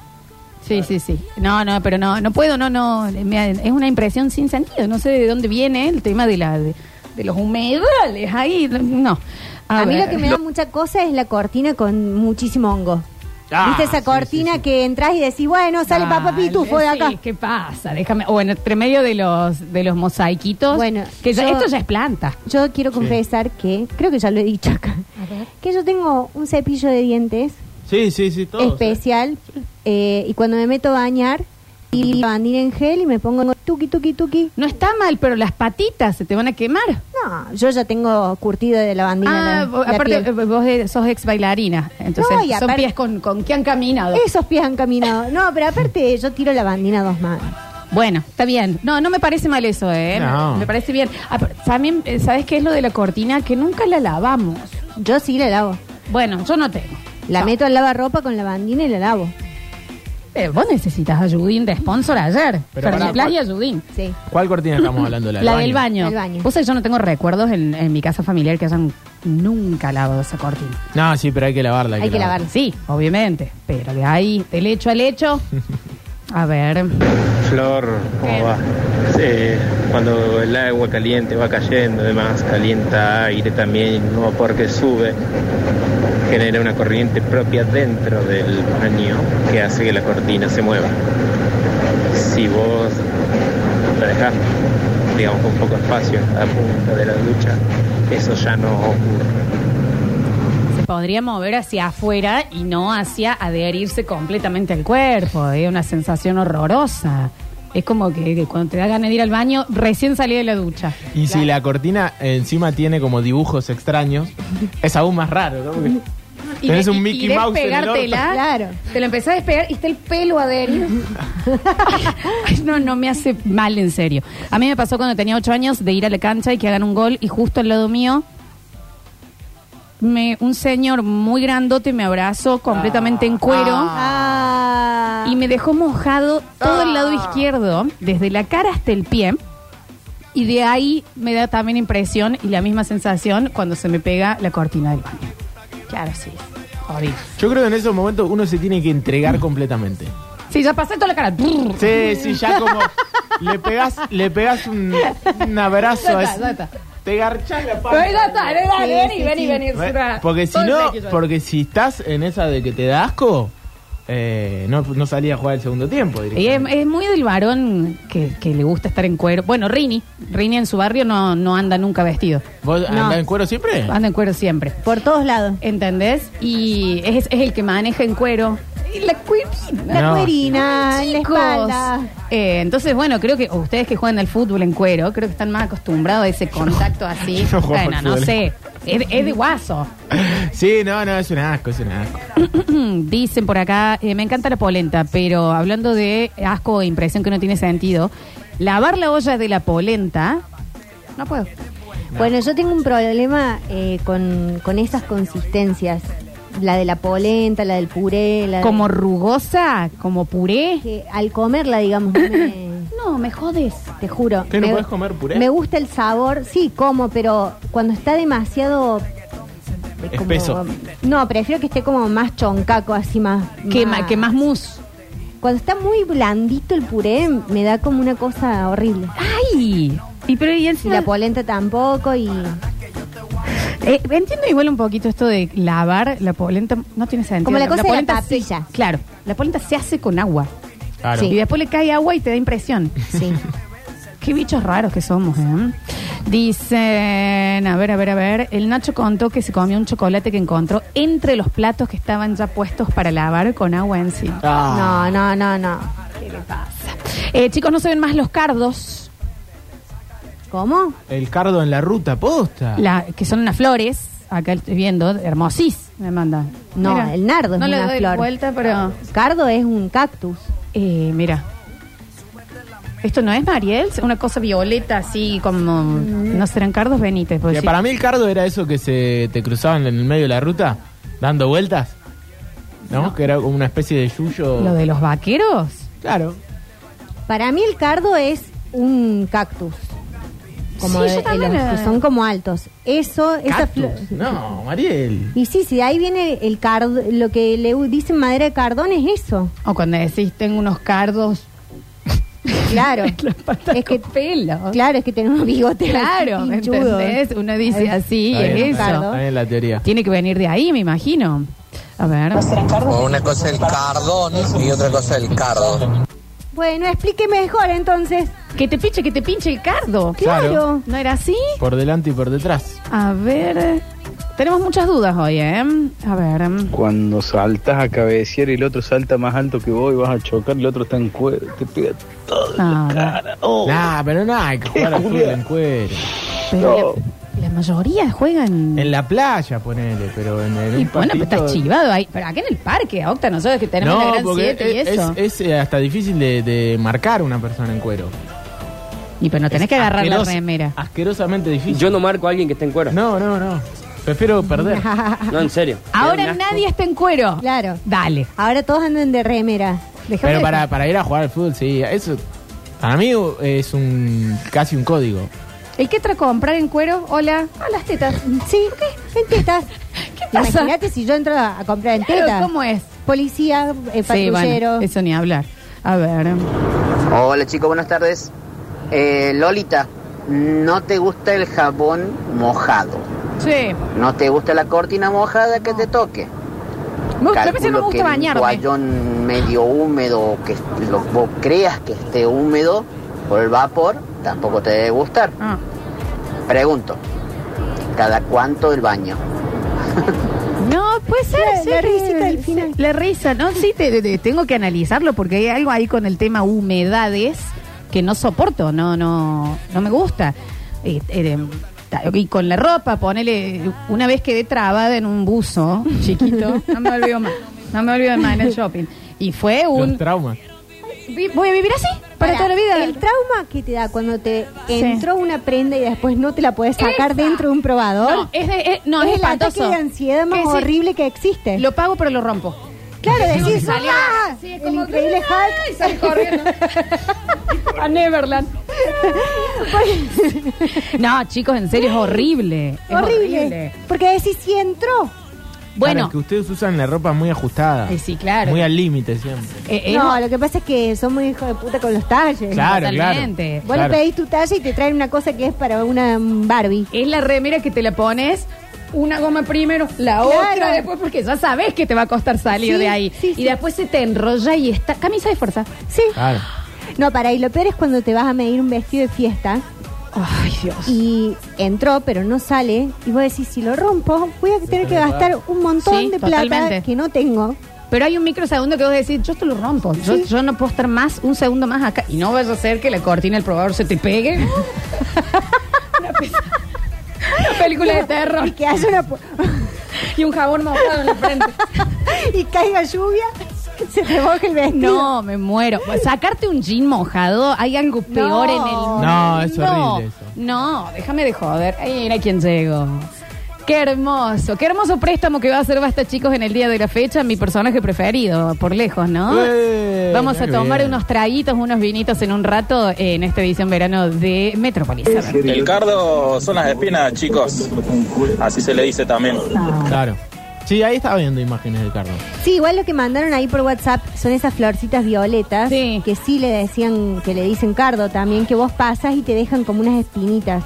Speaker 2: Sí, sí, sí. No, no, pero no, no puedo, no, no. me- es una impresión sin sentido. No sé de dónde viene el tema de la de, de los humedales ahí. No.
Speaker 3: A, mí
Speaker 2: ver.
Speaker 3: lo que me da mucha cosa es la cortina con muchísimo hongo.
Speaker 4: Ah,
Speaker 3: ¿Viste esa
Speaker 4: sí,
Speaker 3: cortina
Speaker 4: sí, sí.
Speaker 3: que entras y decís, bueno, sale papá
Speaker 2: Dale,
Speaker 3: pitufo de acá?
Speaker 2: sí, ¿Qué pasa? Déjame. O en entre medio de los de los mosaiquitos.
Speaker 3: Bueno,
Speaker 2: que ya-
Speaker 3: yo-
Speaker 2: esto ya es planta.
Speaker 3: Yo quiero confesar que, creo que ya lo he dicho acá, que yo tengo un cepillo de dientes
Speaker 4: Sí, sí, sí, todo.
Speaker 3: especial eh, y cuando me meto a bañar, y la bandina en gel y me pongo tuqui, tuqui, tuqui.
Speaker 2: No está mal, pero las patitas se te van a quemar.
Speaker 3: No, yo ya tengo curtido de la bandina.
Speaker 2: Ah,
Speaker 3: la-
Speaker 2: vo-
Speaker 3: la
Speaker 2: aparte
Speaker 3: piel.
Speaker 2: eh, vos eh, sos ex bailarina, entonces
Speaker 3: No, y
Speaker 2: son
Speaker 3: aparte-
Speaker 2: pies con, con que han caminado.
Speaker 3: Esos pies han caminado. No, pero aparte yo tiro la bandina a dos manos.
Speaker 2: Bueno, está bien. No, no me parece mal eso, ¿eh?
Speaker 4: No.
Speaker 2: Me parece bien. Ah, pero también, eh, ¿sabes qué es lo de la cortina? Que nunca la lavamos.
Speaker 3: Yo sí la lavo.
Speaker 2: Bueno, yo no tengo.
Speaker 3: La
Speaker 2: No.
Speaker 3: meto al lavarropa con la bandina y la lavo.
Speaker 2: Eh, vos necesitas ayudín de sponsor ayer.
Speaker 4: Pero pará,
Speaker 2: Ferniplas y
Speaker 4: ¿cuál-
Speaker 2: ayudín.
Speaker 3: Sí.
Speaker 4: ¿Cuál cortina estamos hablando?
Speaker 2: La del baño.
Speaker 3: Del baño.
Speaker 2: Vos sabés, yo no tengo recuerdos en, en mi casa familiar que hayan nunca lavado esa cortina.
Speaker 4: No, sí, pero hay que lavarla.
Speaker 3: Hay que lavarla.
Speaker 2: Sí, obviamente. Pero de ahí, del hecho al hecho. A ver.
Speaker 11: Flor, ¿cómo va? Eh, cuando el agua caliente va cayendo, además calienta aire también, no porque sube, genera una corriente propia dentro del baño que hace que la cortina se mueva. Si vos la dejás, digamos, con poco espacio en la punta de la ducha, eso ya no ocurre.
Speaker 2: se podría mover hacia afuera y no hacia adherirse completamente al cuerpo. Es una sensación horrorosa. Es como que, que cuando te da ganas de ir al baño, recién salí de la ducha.
Speaker 4: Y si la cortina encima tiene como dibujos extraños, es aún más raro, ¿no? Porque
Speaker 2: Y
Speaker 4: tenés
Speaker 2: de-
Speaker 4: un
Speaker 2: y-
Speaker 4: Mickey
Speaker 2: y de
Speaker 4: Mouse en el orto.
Speaker 2: pegártela,
Speaker 3: Claro.
Speaker 2: Te lo empezás a despegar y está el pelo adherido. Ay, no, no me hace mal, en serio. A mí me pasó cuando tenía ocho años de ir a la cancha y que hagan un gol y justo al lado mío me, un señor muy grandote me abrazó completamente en cuero.
Speaker 3: Ah.
Speaker 2: y me dejó mojado todo el lado izquierdo, desde la cara hasta el pie. Y de ahí me da también impresión y la misma sensación cuando se me pega la cortina del baño. Claro, sí. Horrible.
Speaker 4: Yo creo que en esos momentos uno se tiene que entregar completamente.
Speaker 2: Sí, ya pasé toda la cara. Brr.
Speaker 4: Sí, sí, ya como le pegas, le pegas un, un abrazo.
Speaker 2: Ya está,
Speaker 4: es-
Speaker 2: ya está.
Speaker 4: Te garchás la
Speaker 2: Pero ya
Speaker 4: pata.
Speaker 2: está, dale, dale, vení, vení, vení,
Speaker 4: Bueno,
Speaker 2: encima.
Speaker 4: Porque si
Speaker 2: Todo el
Speaker 4: no,
Speaker 2: flequillo.
Speaker 4: porque si estás en esa de que te da asco, eh, no, no salí a jugar el segundo tiempo.
Speaker 2: Y es,
Speaker 4: directamente.
Speaker 2: es muy del varón que, que le gusta estar en cuero. Bueno, Rini. Rini en su barrio no, no anda nunca vestido.
Speaker 4: ¿Vos andás
Speaker 3: No.
Speaker 4: en cuero siempre?
Speaker 2: Anda en cuero siempre.
Speaker 3: Por todos lados.
Speaker 2: ¿Entendés? Y es, es el que maneja en cuero. Y la cuerina.
Speaker 3: La
Speaker 4: No.
Speaker 3: cuerina, en la
Speaker 2: Chicos.
Speaker 3: espalda.
Speaker 2: Eh, entonces, bueno, creo que o ustedes que juegan al fútbol en cuero, creo que están más acostumbrados a ese contacto así.
Speaker 4: no juego
Speaker 2: bueno,
Speaker 4: al
Speaker 2: no
Speaker 4: fútbol.
Speaker 2: sé. Es, de- es de guaso.
Speaker 4: Sí, no, no, es un asco, es un asco.
Speaker 2: Mm, Dicen por acá, eh, me encanta la polenta, pero hablando de asco e impresión que no tiene sentido, lavar la olla de la polenta, no puedo.
Speaker 3: Bueno, yo tengo un problema eh, con, con esas consistencias. La de la polenta, la del puré, la de-
Speaker 2: Como rugosa, como puré.
Speaker 3: que al comerla, digamos, no me-
Speaker 2: No,
Speaker 3: No, me jodes, te juro.
Speaker 4: ¿Qué, no
Speaker 3: Me-
Speaker 4: podés comer puré?
Speaker 3: Me gusta el sabor, sí, como, pero cuando está demasiado... como-
Speaker 4: Espeso.
Speaker 3: No, prefiero que esté como más choncaco, así más...
Speaker 2: Que ma- que más mousse.
Speaker 3: Cuando está muy blandito el puré, me da como una cosa horrible.
Speaker 2: ¡Ay! Y, pero, y,
Speaker 3: la polenta tampoco y...
Speaker 2: Eh, entiendo igual un poquito esto de lavar la polenta. No tiene sentido.
Speaker 3: Como la cosa de la
Speaker 2: polenta se- claro. La polenta se hace con agua.
Speaker 4: Claro.
Speaker 2: Y después le cae agua y te da impresión. Sí. Qué bichos raros que somos, ¿eh? Dicen, a ver, a ver, a ver. El Nacho contó que se comió un chocolate que encontró entre los platos que estaban ya puestos para lavar con agua encima.
Speaker 3: Ah.
Speaker 4: Ah,
Speaker 3: No, no, no, no.
Speaker 2: Eh, chicos, no se ven más los cardos.
Speaker 3: ¿Cómo?
Speaker 4: El cardo en la ruta,
Speaker 3: Ah.
Speaker 4: posta.
Speaker 2: La, que son unas flores. Acá estoy viendo, hermosís, me manda.
Speaker 3: No,
Speaker 2: Mira.
Speaker 3: el nardo es
Speaker 2: No le
Speaker 3: una
Speaker 2: doy
Speaker 3: flor.
Speaker 2: vuelta, pero-
Speaker 3: Cardo es un cactus.
Speaker 2: Eh, mira. ¿Esto no es Mariel? Una cosa violeta así como... ¿No serán cardos? Benítez.
Speaker 4: Que para mí el cardo era eso que se te cruzaban en el medio de la ruta, dando vueltas. ¿No? Que era como una especie de yuyo.
Speaker 2: ¿Lo de los vaqueros?
Speaker 4: Claro.
Speaker 3: Para mí el cardo es un cactus. Como
Speaker 2: Sí,
Speaker 3: de-
Speaker 2: yo
Speaker 3: de
Speaker 2: también
Speaker 3: los
Speaker 2: lo-
Speaker 3: que son como altos. Eso, esa flor.
Speaker 4: No, Mariel.
Speaker 3: Y sí, sí, de ahí viene el cardo, lo que le u- dicen madera de cardón es eso.
Speaker 2: O cuando decís, tengo unos cardos.
Speaker 3: Claro.
Speaker 2: es que pelo.
Speaker 3: Claro, es que tenemos unos bigotes.
Speaker 2: Claro, ¿me
Speaker 3: pinchudos.
Speaker 2: entendés? Uno dice así,
Speaker 4: Está bien,
Speaker 2: es
Speaker 4: está bien,
Speaker 2: eso.
Speaker 4: está bien la teoría.
Speaker 2: Tiene que venir de ahí, me imagino. A ver.
Speaker 12: Una cosa el cardón y otra cosa el cardo.
Speaker 3: Bueno, explíqueme mejor entonces.
Speaker 2: Que te pinche, que te pinche el cardo.
Speaker 4: Claro.
Speaker 2: Claro. ¿No era así?
Speaker 4: Por delante y por detrás.
Speaker 2: A ver. Tenemos muchas dudas hoy, ¿eh? A ver.
Speaker 13: Cuando saltas a cabecear y el otro salta más alto que vos y vas a chocar, el otro está en cuero, te pega todo.
Speaker 2: Ah,
Speaker 14: Oh.
Speaker 4: Nah, pero no hay que jugar al fútbol en cuero.
Speaker 2: Pero la, la mayoría juegan.
Speaker 4: En la playa, ponele, pero en el.
Speaker 2: Y bueno, pero estás chivado ahí. Pero acá en el parque, Octa, nosotros que tenemos la gran
Speaker 4: porque
Speaker 2: 7 y
Speaker 4: es,
Speaker 2: eso.
Speaker 4: es- es, eh, hasta difícil de, de marcar una persona en cuero.
Speaker 2: y pero no tenés
Speaker 4: es
Speaker 2: que agarrar la
Speaker 4: asqueroso. Ah,
Speaker 2: remera.
Speaker 4: Asquerosamente difícil.
Speaker 14: Yo no marco a alguien que esté en cuero.
Speaker 4: No, no, no. Prefiero perder.
Speaker 14: No, en serio.
Speaker 2: Ahora nadie está en cuero.
Speaker 3: Claro.
Speaker 2: Dale.
Speaker 3: Ahora todos andan de remera. Dejame
Speaker 4: Pero
Speaker 3: de-
Speaker 4: para, para ir a jugar al fútbol, sí. Eso, para mí es un casi un código.
Speaker 2: ¿El qué trae comprar en cuero? Hola. Ah, las tetas.
Speaker 3: Sí, ¿qué? En tetas. ¿Qué
Speaker 2: pasa?
Speaker 3: Imagínate si yo entro a a comprar en
Speaker 2: Claro,
Speaker 3: tetas.
Speaker 2: ¿Cómo es?
Speaker 3: Policía, eh,
Speaker 2: Sí,
Speaker 3: patrullero.
Speaker 2: bueno, eso ni hablar. A ver.
Speaker 15: Hola chicos, buenas tardes. Eh, Lolita, no te gusta el jabón mojado.
Speaker 2: Sí.
Speaker 15: No te gusta la cortina mojada que te toque.
Speaker 2: Me gusta, a mí sí no me
Speaker 15: Calculo
Speaker 2: gusta
Speaker 15: que
Speaker 2: bañarme.
Speaker 15: Un guayón medio húmedo, que lo, vos creas que esté húmedo por el vapor, tampoco te debe gustar.
Speaker 2: Ah.
Speaker 15: Pregunto, ¿cada cuánto el baño?
Speaker 2: No, puede ser. sí, que- La risa, ¿no? Sí, te- te- tengo que analizarlo porque hay algo ahí con el tema humedades que no soporto, no, no, no me gusta. Eh, eh, ta- y con la ropa, ponele, una vez quedé trabada en un buzo chiquito, no me olvido más, no me olvido más en el shopping. Y fue un...
Speaker 4: Los traumas.
Speaker 2: vi- Voy a vivir así, para,
Speaker 3: Pará,
Speaker 2: toda la vida.
Speaker 3: El trauma que te da cuando te entró una prenda y después no te la puedes sacar dentro de un probador.
Speaker 2: No, es, de- eh, no, es
Speaker 3: el ataque
Speaker 2: espantoso.
Speaker 3: de ansiedad más
Speaker 2: Es decir,
Speaker 3: horrible que existe.
Speaker 2: Lo pago pero lo rompo.
Speaker 3: Claro,
Speaker 2: Tengo que
Speaker 3: decís,
Speaker 2: salir.
Speaker 3: ¡ah!
Speaker 2: Sí, es
Speaker 3: el
Speaker 2: como que,
Speaker 3: increíble
Speaker 2: ¡ah! y
Speaker 3: Hulk.
Speaker 2: salí corriendo. A Neverland. No, chicos, en serio, es horrible. Es
Speaker 3: horrible.
Speaker 2: horrible.
Speaker 3: Porque decís, si entró.
Speaker 4: Claro,
Speaker 2: Bueno,
Speaker 4: es que ustedes usan la ropa muy ajustada.
Speaker 2: Eh, sí, claro.
Speaker 4: Muy al límite siempre.
Speaker 2: eh,
Speaker 3: no,
Speaker 2: es-
Speaker 3: lo que pasa es que son muy hijos de puta con los talles.
Speaker 4: Claro,
Speaker 2: Totalmente.
Speaker 4: claro.
Speaker 3: Vos
Speaker 4: Claro.
Speaker 3: le pedís tu talla y te traen una cosa que es para una mm, Barbie.
Speaker 2: es la remera que te la pones. Una goma primero, la
Speaker 3: Claro.
Speaker 2: otra después, porque ya sabes que te va a costar salir
Speaker 3: Sí,
Speaker 2: de ahí.
Speaker 3: sí,
Speaker 2: y
Speaker 3: sí.
Speaker 2: después se te enrolla y está. Camisa de fuerza.
Speaker 3: Sí.
Speaker 2: Ah.
Speaker 4: Claro.
Speaker 3: No, para, y lo peor es cuando te vas a medir un vestido de fiesta.
Speaker 2: Ay, Dios.
Speaker 3: Y entró, pero no sale. Y vos decís, si lo rompo, voy a tener que gastar un montón
Speaker 2: Sí,
Speaker 3: de plata
Speaker 2: totalmente.
Speaker 3: que no tengo.
Speaker 2: Pero hay un microsegundo que vos decís, yo te lo rompo. Yo,
Speaker 3: Sí.
Speaker 2: yo no puedo estar más, un segundo más acá. Y no vaya a ser que la cortina del probador se te pegue. Una pe- una película de terror.
Speaker 3: Y que haya una... pu-
Speaker 2: Y un jabón mojado en la frente.
Speaker 3: y caiga lluvia, que se te moje el vestido.
Speaker 2: No, me muero. Sacarte un jean mojado, hay algo peor en el
Speaker 4: No, es horrible eso.
Speaker 2: No, déjame de joder. Ay, mira quién llegó. Qué hermoso, qué hermoso préstamo que va a hacer Basta Chicos en el día de la fecha, mi personaje preferido, por lejos, ¿no?
Speaker 4: Eh,
Speaker 2: Ah, Vamos a
Speaker 4: qué
Speaker 2: tomar
Speaker 4: bien.
Speaker 2: unos traguitos, unos vinitos en un rato eh, en esta edición verano de Metrópolis. A ver.
Speaker 16: El cardo son las espinas, chicos. Así se le dice también.
Speaker 4: Claro. Sí, ahí estaba viendo imágenes de Cardo.
Speaker 3: Sí, igual lo que mandaron ahí por WhatsApp son esas florcitas violetas que sí le decían, que le dicen cardo también, que vos pasas y te dejan como unas espinitas.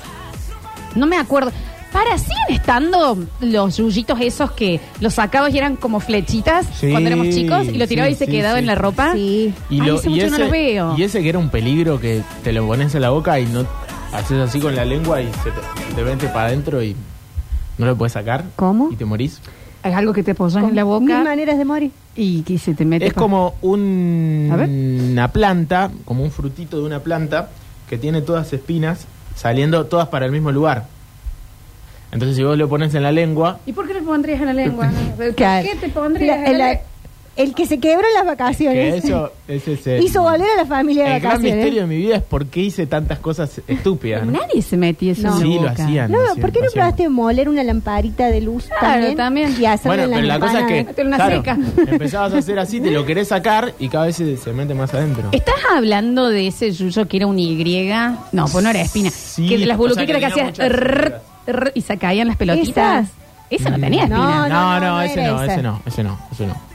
Speaker 2: No me acuerdo. Para, siguen estando los yuyitos esos que los sacabas y eran como flechitas
Speaker 4: Sí,
Speaker 2: cuando éramos chicos y lo tirabas
Speaker 4: sí,
Speaker 2: y se
Speaker 4: sí,
Speaker 2: quedaba
Speaker 4: sí.
Speaker 2: en la ropa. Sí.
Speaker 4: Y,
Speaker 2: Ay,
Speaker 4: lo-
Speaker 2: hace
Speaker 4: y
Speaker 2: mucho
Speaker 4: ese,
Speaker 2: no los veo.
Speaker 4: y ese que era un peligro que te lo pones en la boca y no haces así con la lengua y se te, te vente para adentro y no lo puedes sacar.
Speaker 2: ¿Cómo?
Speaker 4: Y te morís.
Speaker 2: Es algo que te posas en la boca.
Speaker 3: Mil maneras de morir.
Speaker 2: Y que se te mete.
Speaker 4: Es
Speaker 2: pa-
Speaker 4: como un-
Speaker 2: A ver.
Speaker 4: una planta, como un frutito de una planta que tiene todas espinas saliendo todas para el mismo lugar. Entonces si vos lo pones en la lengua,
Speaker 2: ¿Y por qué lo pondrías en la lengua? ¿Por
Speaker 3: Claro.
Speaker 2: qué te pondrías en la
Speaker 3: La- la- el que se quebró en las vacaciones.
Speaker 4: que eso es ese...
Speaker 3: Hizo volver a la familia de
Speaker 4: Eh, el gran
Speaker 3: vacaciones.
Speaker 4: misterio de mi vida es por qué hice tantas cosas estúpidas. ¿no?
Speaker 2: Nadie se metía eso
Speaker 4: No.
Speaker 2: en la
Speaker 4: Sí, lo
Speaker 2: boca.
Speaker 4: hacían.
Speaker 3: No,
Speaker 4: lo hacían,
Speaker 3: ¿por qué
Speaker 4: lo
Speaker 3: no
Speaker 4: hacían.
Speaker 3: probaste moler una lamparita de luz
Speaker 2: Claro,
Speaker 3: también? Y hacerla
Speaker 4: Bueno,
Speaker 3: en
Speaker 4: pero la cosa es que
Speaker 2: Hacerle una
Speaker 4: claro,
Speaker 2: seca.
Speaker 4: empezabas a hacer así, te lo querés sacar y cada vez se, se mete más adentro.
Speaker 2: ¿Estás hablando de ese yuyo que era un Y? No, pues no era espina.
Speaker 4: Sí,
Speaker 2: que de las
Speaker 4: o sea, que
Speaker 2: boluquitas que,
Speaker 4: tenía
Speaker 2: hacías rrr, rrr, y se caían las pelotitas. Esa no tenía espina.
Speaker 4: No, no, ese no, ese no, ese no, ese no.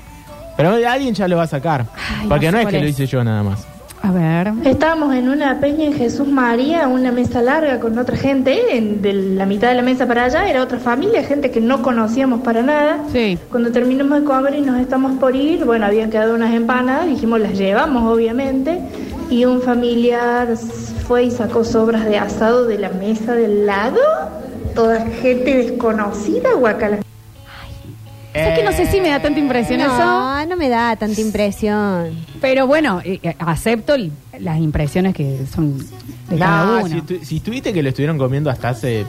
Speaker 4: Pero alguien ya lo va a sacar.
Speaker 2: no
Speaker 4: porque
Speaker 2: sé
Speaker 4: no es
Speaker 2: cuál
Speaker 4: que lo
Speaker 2: es.
Speaker 4: hice yo nada más.
Speaker 2: A ver.
Speaker 17: Estábamos en una peña en Jesús María, una mesa larga con otra gente, en- de la mitad de la mesa para allá era otra familia, gente que no conocíamos para nada. Cuando terminamos de comer y nos estamos por ir, bueno, habían quedado unas empanadas, dijimos las llevamos obviamente, y un familiar s- fue y sacó sobras de asado de la mesa del lado, toda gente desconocida, guacala.
Speaker 2: ¿Sabes
Speaker 4: Eh,
Speaker 2: que no sé si me da tanta impresión eso?
Speaker 3: No, no me da tanta impresión.
Speaker 2: Pero bueno, eh, eh, acepto el- las impresiones que son de cada
Speaker 4: No,
Speaker 2: uno.
Speaker 4: si, tu- si tuviste que lo estuvieron comiendo hasta hace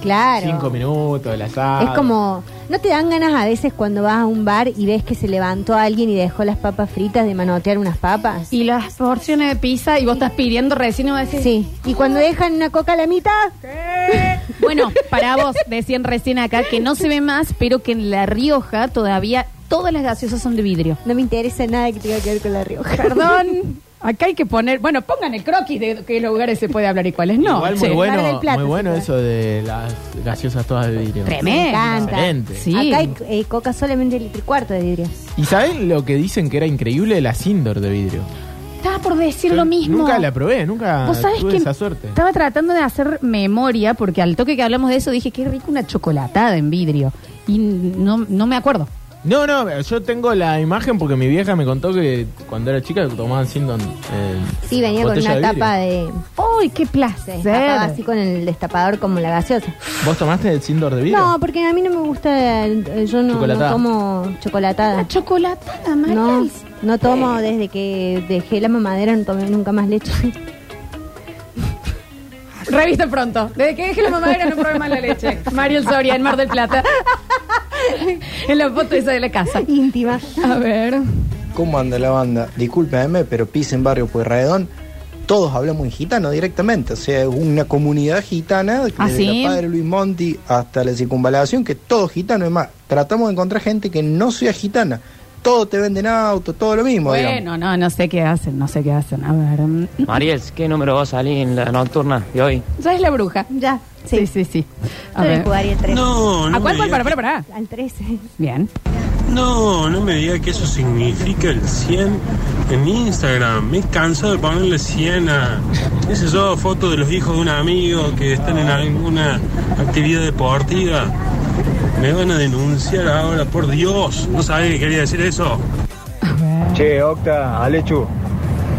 Speaker 3: Claro.
Speaker 4: cinco minutos, el asado.
Speaker 3: Es como, ¿no te dan ganas a veces cuando vas a un bar y ves que se levantó alguien y dejó las papas fritas de manotear unas papas?
Speaker 2: Y las porciones de pizza y vos estás pidiendo recién y decís...
Speaker 3: Sí. Y cuando dejan una coca a la mitad,
Speaker 2: Bueno, para vos, decían recién acá que no se ve más, pero que en La Rioja todavía todas las gaseosas son de vidrio.
Speaker 3: no me interesa nada que tenga que ver con la Rioja.
Speaker 2: Perdón. Acá hay que poner, bueno, pongan el croquis de qué lugares se puede hablar y cuáles no.
Speaker 4: Igual muy
Speaker 2: che.
Speaker 4: bueno, muy bueno eso de las gaseosas todas de vidrio.
Speaker 3: Me encanta.
Speaker 4: Excelente.
Speaker 3: Acá hay eh, coca solamente el litro y cuarto de vidrio.
Speaker 4: ¿Y saben lo que dicen que era increíble? La Sindor de vidrio.
Speaker 2: Estaba por decir lo mismo.
Speaker 4: Nunca la probé, nunca
Speaker 2: ¿Vos sabés
Speaker 4: Ah, tuve
Speaker 2: que
Speaker 4: esa suerte.
Speaker 2: Estaba tratando de hacer memoria porque al toque que hablamos de eso dije, qué rico una chocolatada en vidrio. Y no, no me acuerdo.
Speaker 4: No, no, yo tengo la imagen porque mi vieja me contó que cuando era chica tomaban Sindor. eh,
Speaker 3: Sí, venía con una
Speaker 4: botella de vidrio.
Speaker 3: tapa de...
Speaker 2: ¡Uy, qué placer!
Speaker 3: Se destapaba así con el destapador como la gaseosa.
Speaker 4: ¿Vos tomaste el Sindor de vidrio?
Speaker 3: No, porque a mí no me gusta, eh, yo no, no
Speaker 4: Chocolatada.
Speaker 3: tomo chocolatada.
Speaker 2: La chocolatada,
Speaker 3: No, no tomo desde que dejé la mamadera, no tomé nunca más leche.
Speaker 2: Revista pronto. Desde que dejé la mamadera no probé más la leche. Mariel Soria, en Mar del Plata. en la foto esa de la casa.
Speaker 3: Íntima.
Speaker 2: A ver.
Speaker 18: ¿Cómo anda la banda? Discúlpenme, pero Pisa en Barrio Pueyrredón, todos hablamos en gitano directamente. O sea, es una comunidad gitana, desde
Speaker 2: ¿Ah, sí?
Speaker 18: la Padre Luis Monti hasta la circunvalación, que todo gitano. Es más, tratamos de encontrar gente que no sea gitana. Todo te venden auto, todo lo mismo. digamos.
Speaker 2: Bueno, no, no sé qué hacen, no sé qué hacen. A ver. mm.
Speaker 14: Mariel, ¿qué número va a salir en la nocturna de hoy?
Speaker 2: Ya es la bruja. Ya. Sí, sí, sí. A
Speaker 14: Yo le
Speaker 2: ver.
Speaker 14: jugaría tres.
Speaker 19: No, no
Speaker 2: ¿A cuál,
Speaker 19: me
Speaker 2: cuál? Para,
Speaker 19: digas.
Speaker 2: para, para.
Speaker 3: Al 13.
Speaker 2: Bien.
Speaker 19: No, no me diga que eso significa el 100 en Instagram. Me canso de ponerle 100 a... qué sé yo, fotos de los hijos de un amigo que están en alguna actividad deportiva. Me van a denunciar ahora, por Dios. No sabía que quería decir eso.
Speaker 20: Che, Octa, Alechu,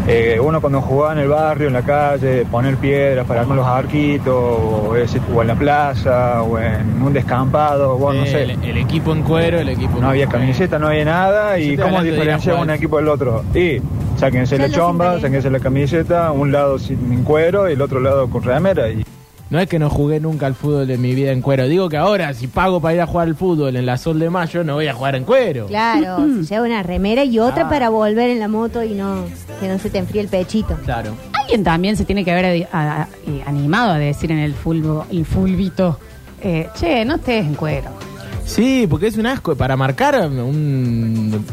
Speaker 20: eh, uno cuando jugaba en el barrio, en la calle, poner piedras para armar los arquitos, o, ese- o en la plaza, o en un descampado, bueno, no
Speaker 4: Eh,
Speaker 20: sé.
Speaker 4: el, el equipo en cuero, el equipo.
Speaker 20: No había camiseta, no había nada, y
Speaker 4: Yo estoy
Speaker 20: cómo
Speaker 4: hablando de ir a
Speaker 20: diferenciaba
Speaker 4: jugar.
Speaker 20: un equipo del otro. Y sáquense la
Speaker 4: Solo
Speaker 20: chomba, sáquense la camiseta, un lado sin en cuero y el otro lado con remera. Y...
Speaker 4: No es que no jugué nunca al fútbol en mi vida en cuero. Digo que ahora, si pago para ir a jugar al fútbol en la Sol de Mayo, no voy a jugar en cuero.
Speaker 3: Claro, se lleva una remera y otra para volver en la moto y no que no se te enfríe el pechito.
Speaker 4: Claro.
Speaker 2: Alguien también se tiene que haber adi- a- a- eh, animado a decir en el fulbo, el fulbito, eh, che, no estés en cuero.
Speaker 4: Sí, porque es un asco. Para marcar a un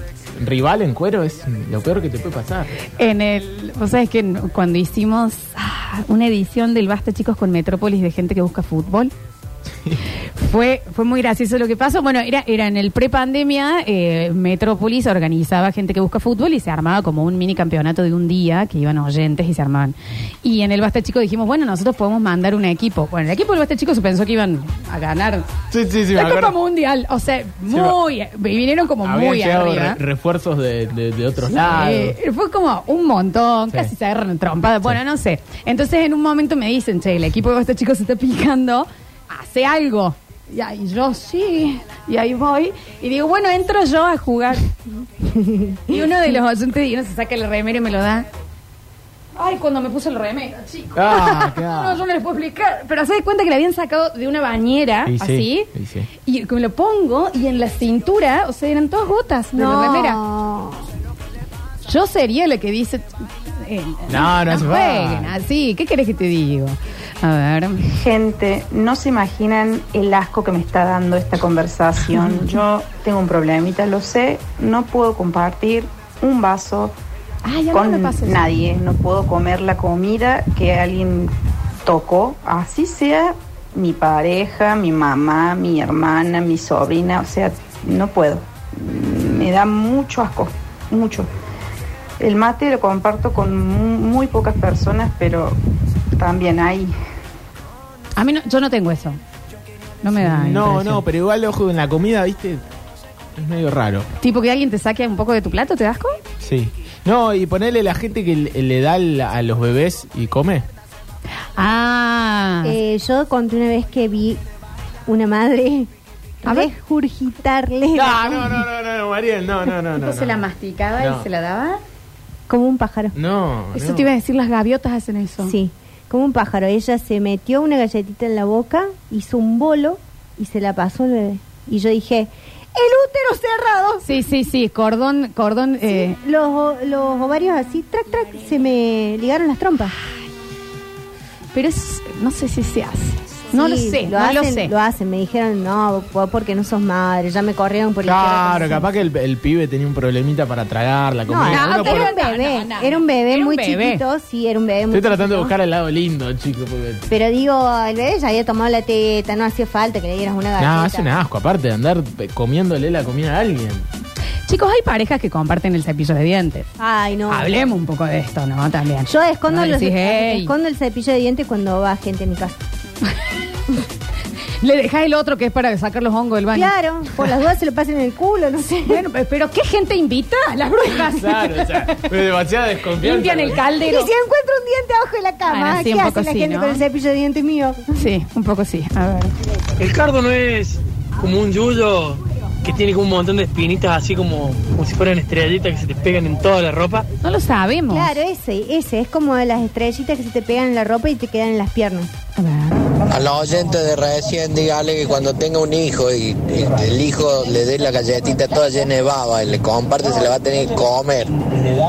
Speaker 4: rival en cuero es lo peor que te puede pasar.
Speaker 2: En el, vos sabés que cuando hicimos ah, una edición del Basta Chicos con Metrópolis de gente que busca fútbol, fue, fue muy gracioso lo que pasó. Bueno, era, era en el pre-pandemia, eh, Metrópolis organizaba gente que busca fútbol y se armaba como un mini campeonato de un día que iban oyentes y se armaban. Y en el Basta Chico dijimos, bueno, nosotros podemos mandar un equipo. Bueno, el equipo del Basta Chico se pensó que iban a ganar
Speaker 4: Sí, sí, sí.
Speaker 2: la
Speaker 4: me
Speaker 2: Copa
Speaker 4: acuerdo.
Speaker 2: Mundial. O sea, muy, eh, vinieron como
Speaker 4: Habían
Speaker 2: muy
Speaker 4: llegado
Speaker 2: arriba.
Speaker 4: re- refuerzos de, de- de otros
Speaker 2: Sí, eh,
Speaker 4: lados.
Speaker 2: fue como un montón,
Speaker 4: Sí.
Speaker 2: casi se agarran trompadas. Bueno, no sé. Entonces en un momento me dicen, che, el equipo de este chico se está picando, hace algo. Y ahí yo, sí, y ahí voy. Y digo, bueno, entro yo a jugar. y uno de los oyentes y uno se saca el remero y me lo da. Ay, cuando me puse el remero, chico.
Speaker 4: Ah, claro.
Speaker 2: no, yo no les puedo explicar. Pero se da cuenta que le habían sacado de una bañera,
Speaker 4: Y sí,
Speaker 2: así.
Speaker 4: y sí.
Speaker 2: Y me lo pongo y en la cintura, o sea, eran todas gotas de
Speaker 3: No.
Speaker 2: la remera. Yo sería la que dice. eh,
Speaker 4: No, no hace
Speaker 2: jueguen
Speaker 4: falta.
Speaker 2: así. ¿Qué querés que te digo? A ver.
Speaker 21: Gente, no se imaginan el asco que me está dando esta conversación. Yo tengo un problemita, lo sé, no puedo compartir un vaso
Speaker 2: a mí
Speaker 21: con
Speaker 2: me pasa eso.
Speaker 21: nadie, no puedo comer la comida que alguien tocó, así sea mi pareja, mi mamá, mi hermana, mi sobrina, o sea, no puedo. Me da mucho asco, mucho. El mate lo comparto con mu- muy pocas personas, pero también hay
Speaker 2: A mí no, yo no tengo eso. No me da.
Speaker 4: no,
Speaker 2: impresión.
Speaker 4: no, pero igual, ojo, en la comida, viste, es medio raro.
Speaker 2: Tipo que alguien te saque un poco de tu plato, ¿te das con?
Speaker 4: Sí. No, y ponerle la gente que le, le da al- a los bebés y come.
Speaker 2: Ah.
Speaker 3: Eh, yo conté una vez que vi una madre regurgitarle la-
Speaker 4: no, no, no, Mariel, no, no, no.
Speaker 2: Tipo, se la masticaba
Speaker 4: No.
Speaker 2: y se la daba.
Speaker 3: como un pájaro.
Speaker 4: No,
Speaker 2: Eso te iba a decir, las gaviotas hacen eso.
Speaker 3: Sí, como un pájaro. Ella se metió una galletita en la boca, hizo un bolo y se la pasó al bebé. Y yo dije,
Speaker 2: El útero cerrado. Sí, sí, sí. Cordón, cordón. eh,
Speaker 3: los, o- los ovarios así, trac, trac, se me ligaron las trompas.
Speaker 2: Pero es- no sé si se hace. No lo sé, no
Speaker 3: hacen,
Speaker 2: lo sé.
Speaker 3: Lo hacen, me dijeron, no, vos porque no sos madre, ya me corrieron por
Speaker 4: Claro,
Speaker 3: izquierda.
Speaker 4: capaz que el, el pibe tenía un problemita para tragar la comida.
Speaker 3: No,
Speaker 4: Uno
Speaker 3: no,
Speaker 4: por-
Speaker 3: era un bebé, era un bebé muy
Speaker 4: bebé.
Speaker 3: chiquito, sí, era un bebé muy
Speaker 4: Estoy tratando
Speaker 3: chiquito.
Speaker 4: de buscar el lado lindo, chico. Porque...
Speaker 3: Pero digo, el bebé ya había tomado la teta, no hacía falta que le dieras
Speaker 2: Ah,
Speaker 3: una galleta.
Speaker 4: No, es un asco, aparte de andar eh, comiéndole la comida a alguien.
Speaker 2: Chicos, hay parejas que comparten el cepillo de dientes.
Speaker 3: Ay, no.
Speaker 2: Hablemos un poco de esto, ¿no? También.
Speaker 3: Yo escondo,
Speaker 2: No,
Speaker 3: los-
Speaker 2: decís, "Hey".
Speaker 3: escondo el cepillo de dientes cuando va gente a mi casa.
Speaker 2: Le dejás el otro que es para sacar los hongos del baño.
Speaker 3: Claro, por las dudas se lo pasen en el culo, no sé.
Speaker 2: Bueno, pe- pero ¿qué gente invita? Las brujas.
Speaker 4: Claro, o sea, demasiada desconfianza.
Speaker 2: Limpian el caldero.
Speaker 3: Y si encuentro un diente abajo de la cama,
Speaker 2: Bueno, sí,
Speaker 3: ¿qué
Speaker 2: un
Speaker 3: hace
Speaker 2: poco
Speaker 3: la
Speaker 2: sí,
Speaker 3: gente
Speaker 2: ¿no?
Speaker 3: con el cepillo de dientes mío?
Speaker 2: Sí, un poco sí. A ver.
Speaker 22: El cardo no es como un yuyo que tiene como un montón de espinitas así como, como si fueran estrellitas que se te pegan en toda la ropa.
Speaker 2: No lo sabemos.
Speaker 3: Claro, ese, ese. Es como las estrellitas que se te pegan en la ropa y te quedan en las piernas.
Speaker 12: A los oyentes de recién, dígale que cuando tenga un hijo y y el hijo le dé la galletita toda llena de baba y le comparte, se la va a tener que comer.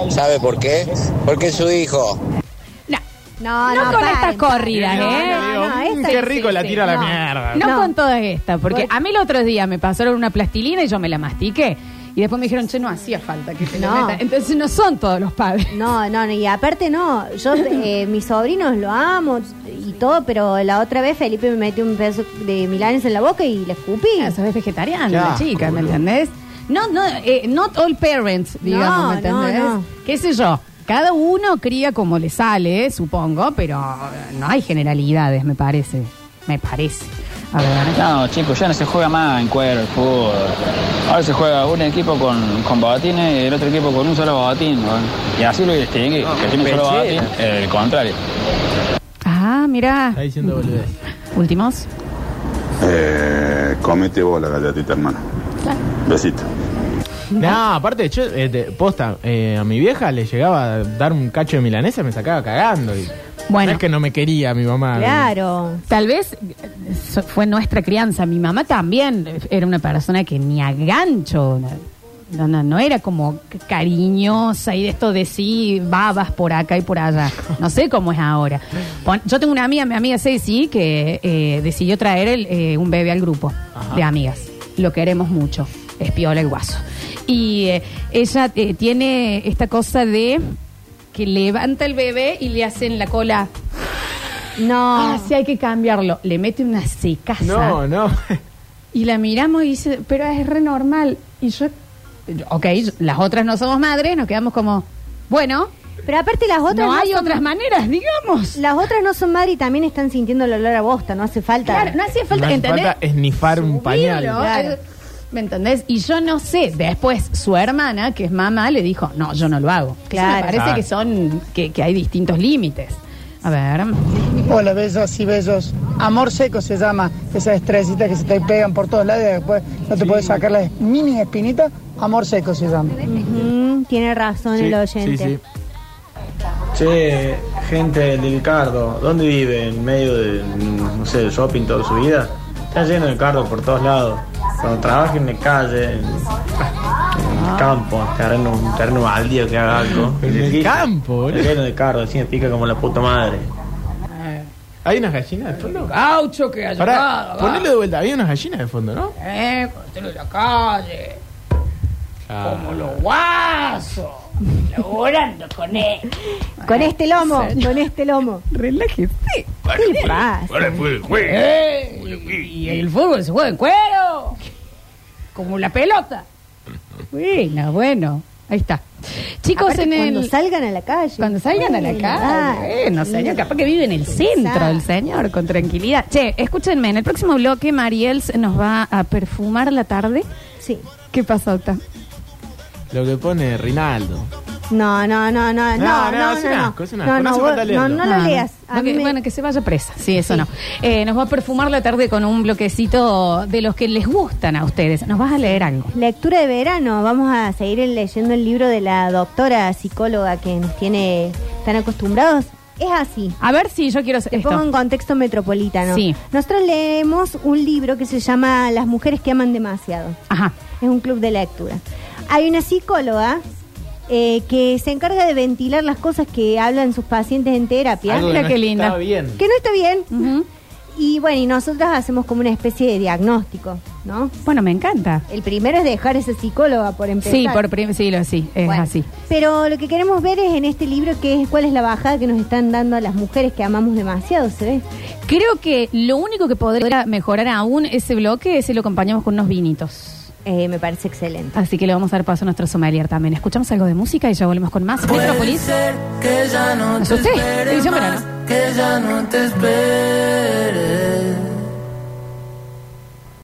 Speaker 12: ¿Sabe por qué? Porque es su hijo.
Speaker 3: No,
Speaker 2: No
Speaker 3: no,
Speaker 2: con
Speaker 3: paren,
Speaker 2: estas corridas,
Speaker 3: no,
Speaker 2: ¿eh?
Speaker 3: no, no,
Speaker 2: Mm,
Speaker 3: esta
Speaker 2: qué
Speaker 3: sí,
Speaker 2: rico la
Speaker 3: sí,
Speaker 2: tira a la
Speaker 3: no.
Speaker 2: No, con todas estas, porque a mí el otro día me pasaron una plastilina y yo me la mastiqué. Y después me dijeron, che, no hacía falta que te la
Speaker 3: No.
Speaker 2: metas". Entonces no son todos los padres.
Speaker 3: No, no, no, y aparte no, yo, eh, mis sobrinos lo amo y todo, pero la otra vez Felipe me metió un pedazo de milanes en la boca y le escupí.
Speaker 2: Eso es Ah, vegetariana,
Speaker 3: Qué
Speaker 2: la
Speaker 3: asco,
Speaker 2: chica, ¿me
Speaker 3: boludo.
Speaker 2: entendés? No, no, eh, not all parents, digamos, ¿me
Speaker 3: No, no,
Speaker 2: entendés?
Speaker 3: no.
Speaker 2: ¿Qué sé yo? Cada uno cría como le sale, supongo, pero no hay generalidades, me parece. Me parece. A ver.
Speaker 23: No, chicos, ya no se juega más en cuero el fútbol. Ahora se juega un equipo con, con botines y el otro equipo con un solo botín. bueno. Y así lo distingue, que tiene un solo botín,
Speaker 4: pechera.
Speaker 23: el contrario.
Speaker 2: Ah, mira.
Speaker 4: Está diciendo boludez.
Speaker 2: Últimos.
Speaker 10: Eh, comete vos la galletita, hermano. Besito.
Speaker 4: No, aparte, yo, eh, te- posta, eh, a mi vieja le llegaba a dar un cacho de milanesa, me sacaba cagando. Y,
Speaker 2: Bueno.
Speaker 4: No es que no me quería mi mamá.
Speaker 3: Claro.
Speaker 2: Tal vez eh, so- fue nuestra crianza. Mi mamá también era una persona que ni a gancho No, no, no era como cariñosa y de esto de sí, babas por acá y por allá. No sé cómo es ahora. Pon- yo tengo una amiga, mi amiga Ceci, que eh, decidió traer el, eh, un bebé al grupo de amigas. Lo queremos mucho. Es piola el guaso. Y eh, ella eh, tiene esta cosa de que levanta el bebé y le hacen la cola.
Speaker 3: Ah,
Speaker 2: No. Así Ah, hay que cambiarlo. Le mete una secaza.
Speaker 4: Ah, No, no.
Speaker 2: Y la miramos y dice, pero es re normal. Y yo, yo, ok, yo- las otras no somos madres, nos quedamos como, bueno.
Speaker 3: Pero aparte las otras
Speaker 2: No hay
Speaker 3: son-
Speaker 2: otras maneras, digamos.
Speaker 3: Las otras no son madre y también están sintiendo el olor a bosta, no hace falta.
Speaker 2: Claro, no hacía falta,
Speaker 4: No hace
Speaker 2: ¿entendés?
Speaker 4: falta esnifar un pañal.
Speaker 2: Subirlo, eh, ¿Me entendés? Y yo no sé. Después su hermana, que es mamá, le dijo, no, yo no lo hago. Claro.
Speaker 1: Claro.
Speaker 2: parece
Speaker 4: Ah.
Speaker 1: Claro.
Speaker 2: que son, que, que hay distintos límites. A ver.
Speaker 1: Hola, besos y besos. Amor seco se llama. Esas estrellitas que se te pegan por todos lados y después no te puedes sacar las mini espinitas. Amor seco se llama.
Speaker 3: Ujú, tiene razón el oyente.
Speaker 5: Che, gente del cardo, ¿dónde vive? ¿En medio de, mm, no sé, del shopping toda su vida? Está lleno de cardo por todos lados. Cuando trabajen en la calle, en,
Speaker 6: Ah.
Speaker 5: en el campo, en terreno, un terreno baldío que haga algo.
Speaker 4: En el campo, boludo.
Speaker 5: Está lleno de cardo, así me pica como la puta madre.
Speaker 4: Hay unas gallinas de fondo.
Speaker 2: Gaucho que ha
Speaker 4: Pará,
Speaker 2: llegado,
Speaker 4: ponelo de vuelta. Había unas gallinas de fondo, ¿no?
Speaker 2: Eh, cuando de la calle,
Speaker 4: Como
Speaker 2: los guasos, laborando con él.
Speaker 3: Con este lomo, con este lomo.
Speaker 2: Relájese.
Speaker 3: ¿Qué le pasa?
Speaker 2: Eh, Y el fútbol se juega en cuero. Como la pelota. Bueno, bueno. Ahí está. Chicos,
Speaker 3: Aparte,
Speaker 2: en el.
Speaker 3: cuando ah. salgan a la calle.
Speaker 2: Cuando salgan a la calle. Bueno, señor, capaz que vive en el centro el señor, con tranquilidad. Che, escúchenme, en el próximo bloque Mariels nos va a perfumar la tarde.
Speaker 3: Sí.
Speaker 2: ¿Qué pasa, Octa?
Speaker 4: Lo que pone Rinaldo.
Speaker 3: No, no, no, no, no, no,
Speaker 4: No, no,
Speaker 3: no,
Speaker 4: es un
Speaker 3: no.
Speaker 4: asco, es un asco.
Speaker 3: No,
Speaker 4: No
Speaker 3: no,
Speaker 4: hace
Speaker 3: vos-
Speaker 4: falta
Speaker 3: no,
Speaker 4: leerlo.
Speaker 3: no lo
Speaker 2: Ah,
Speaker 3: leas.
Speaker 2: no, que- Bueno, que se vaya presa. Sí, eso no. Eh, nos va a perfumar la tarde con un bloquecito de los que les gustan a ustedes. Nos vas a leer algo.
Speaker 3: Lectura de verano, vamos a seguir leyendo el libro de la doctora psicóloga que nos tiene tan acostumbrados. Es así.
Speaker 2: A ver si yo quiero
Speaker 3: Te pongo en contexto metropolitano.
Speaker 2: Sí.
Speaker 3: Nosotros leemos un libro que se llama Las mujeres que aman demasiado.
Speaker 2: Ajá.
Speaker 3: Es un club de lectura. Hay una psicóloga eh, que se encarga de ventilar las cosas que hablan sus pacientes en terapia.
Speaker 2: Algo que Mira no qué linda. está bien.
Speaker 3: Que no está bien. Y bueno, y nosotras hacemos como una especie de diagnóstico, ¿no?
Speaker 2: Bueno, me encanta.
Speaker 3: El primero es dejar esa psicóloga por empezar.
Speaker 2: Sí, por prim- sí, lo, sí, es así.
Speaker 3: Pero lo que queremos ver es en este libro que es cuál es la bajada que nos están dando a las mujeres que amamos demasiado, ¿se ve?
Speaker 2: Creo que lo único que podría mejorar aún ese bloque es si lo acompañamos con unos vinitos.
Speaker 3: Eh, me parece excelente.
Speaker 2: Así que le vamos a dar paso a nuestro sommelier también. Escuchamos algo de música y ya volvemos con más. Metrópolis.
Speaker 6: Que ya no
Speaker 2: ¿Es
Speaker 6: te
Speaker 2: usted?
Speaker 6: espere
Speaker 2: Edición
Speaker 6: más,
Speaker 2: verano.
Speaker 6: que ya no te espere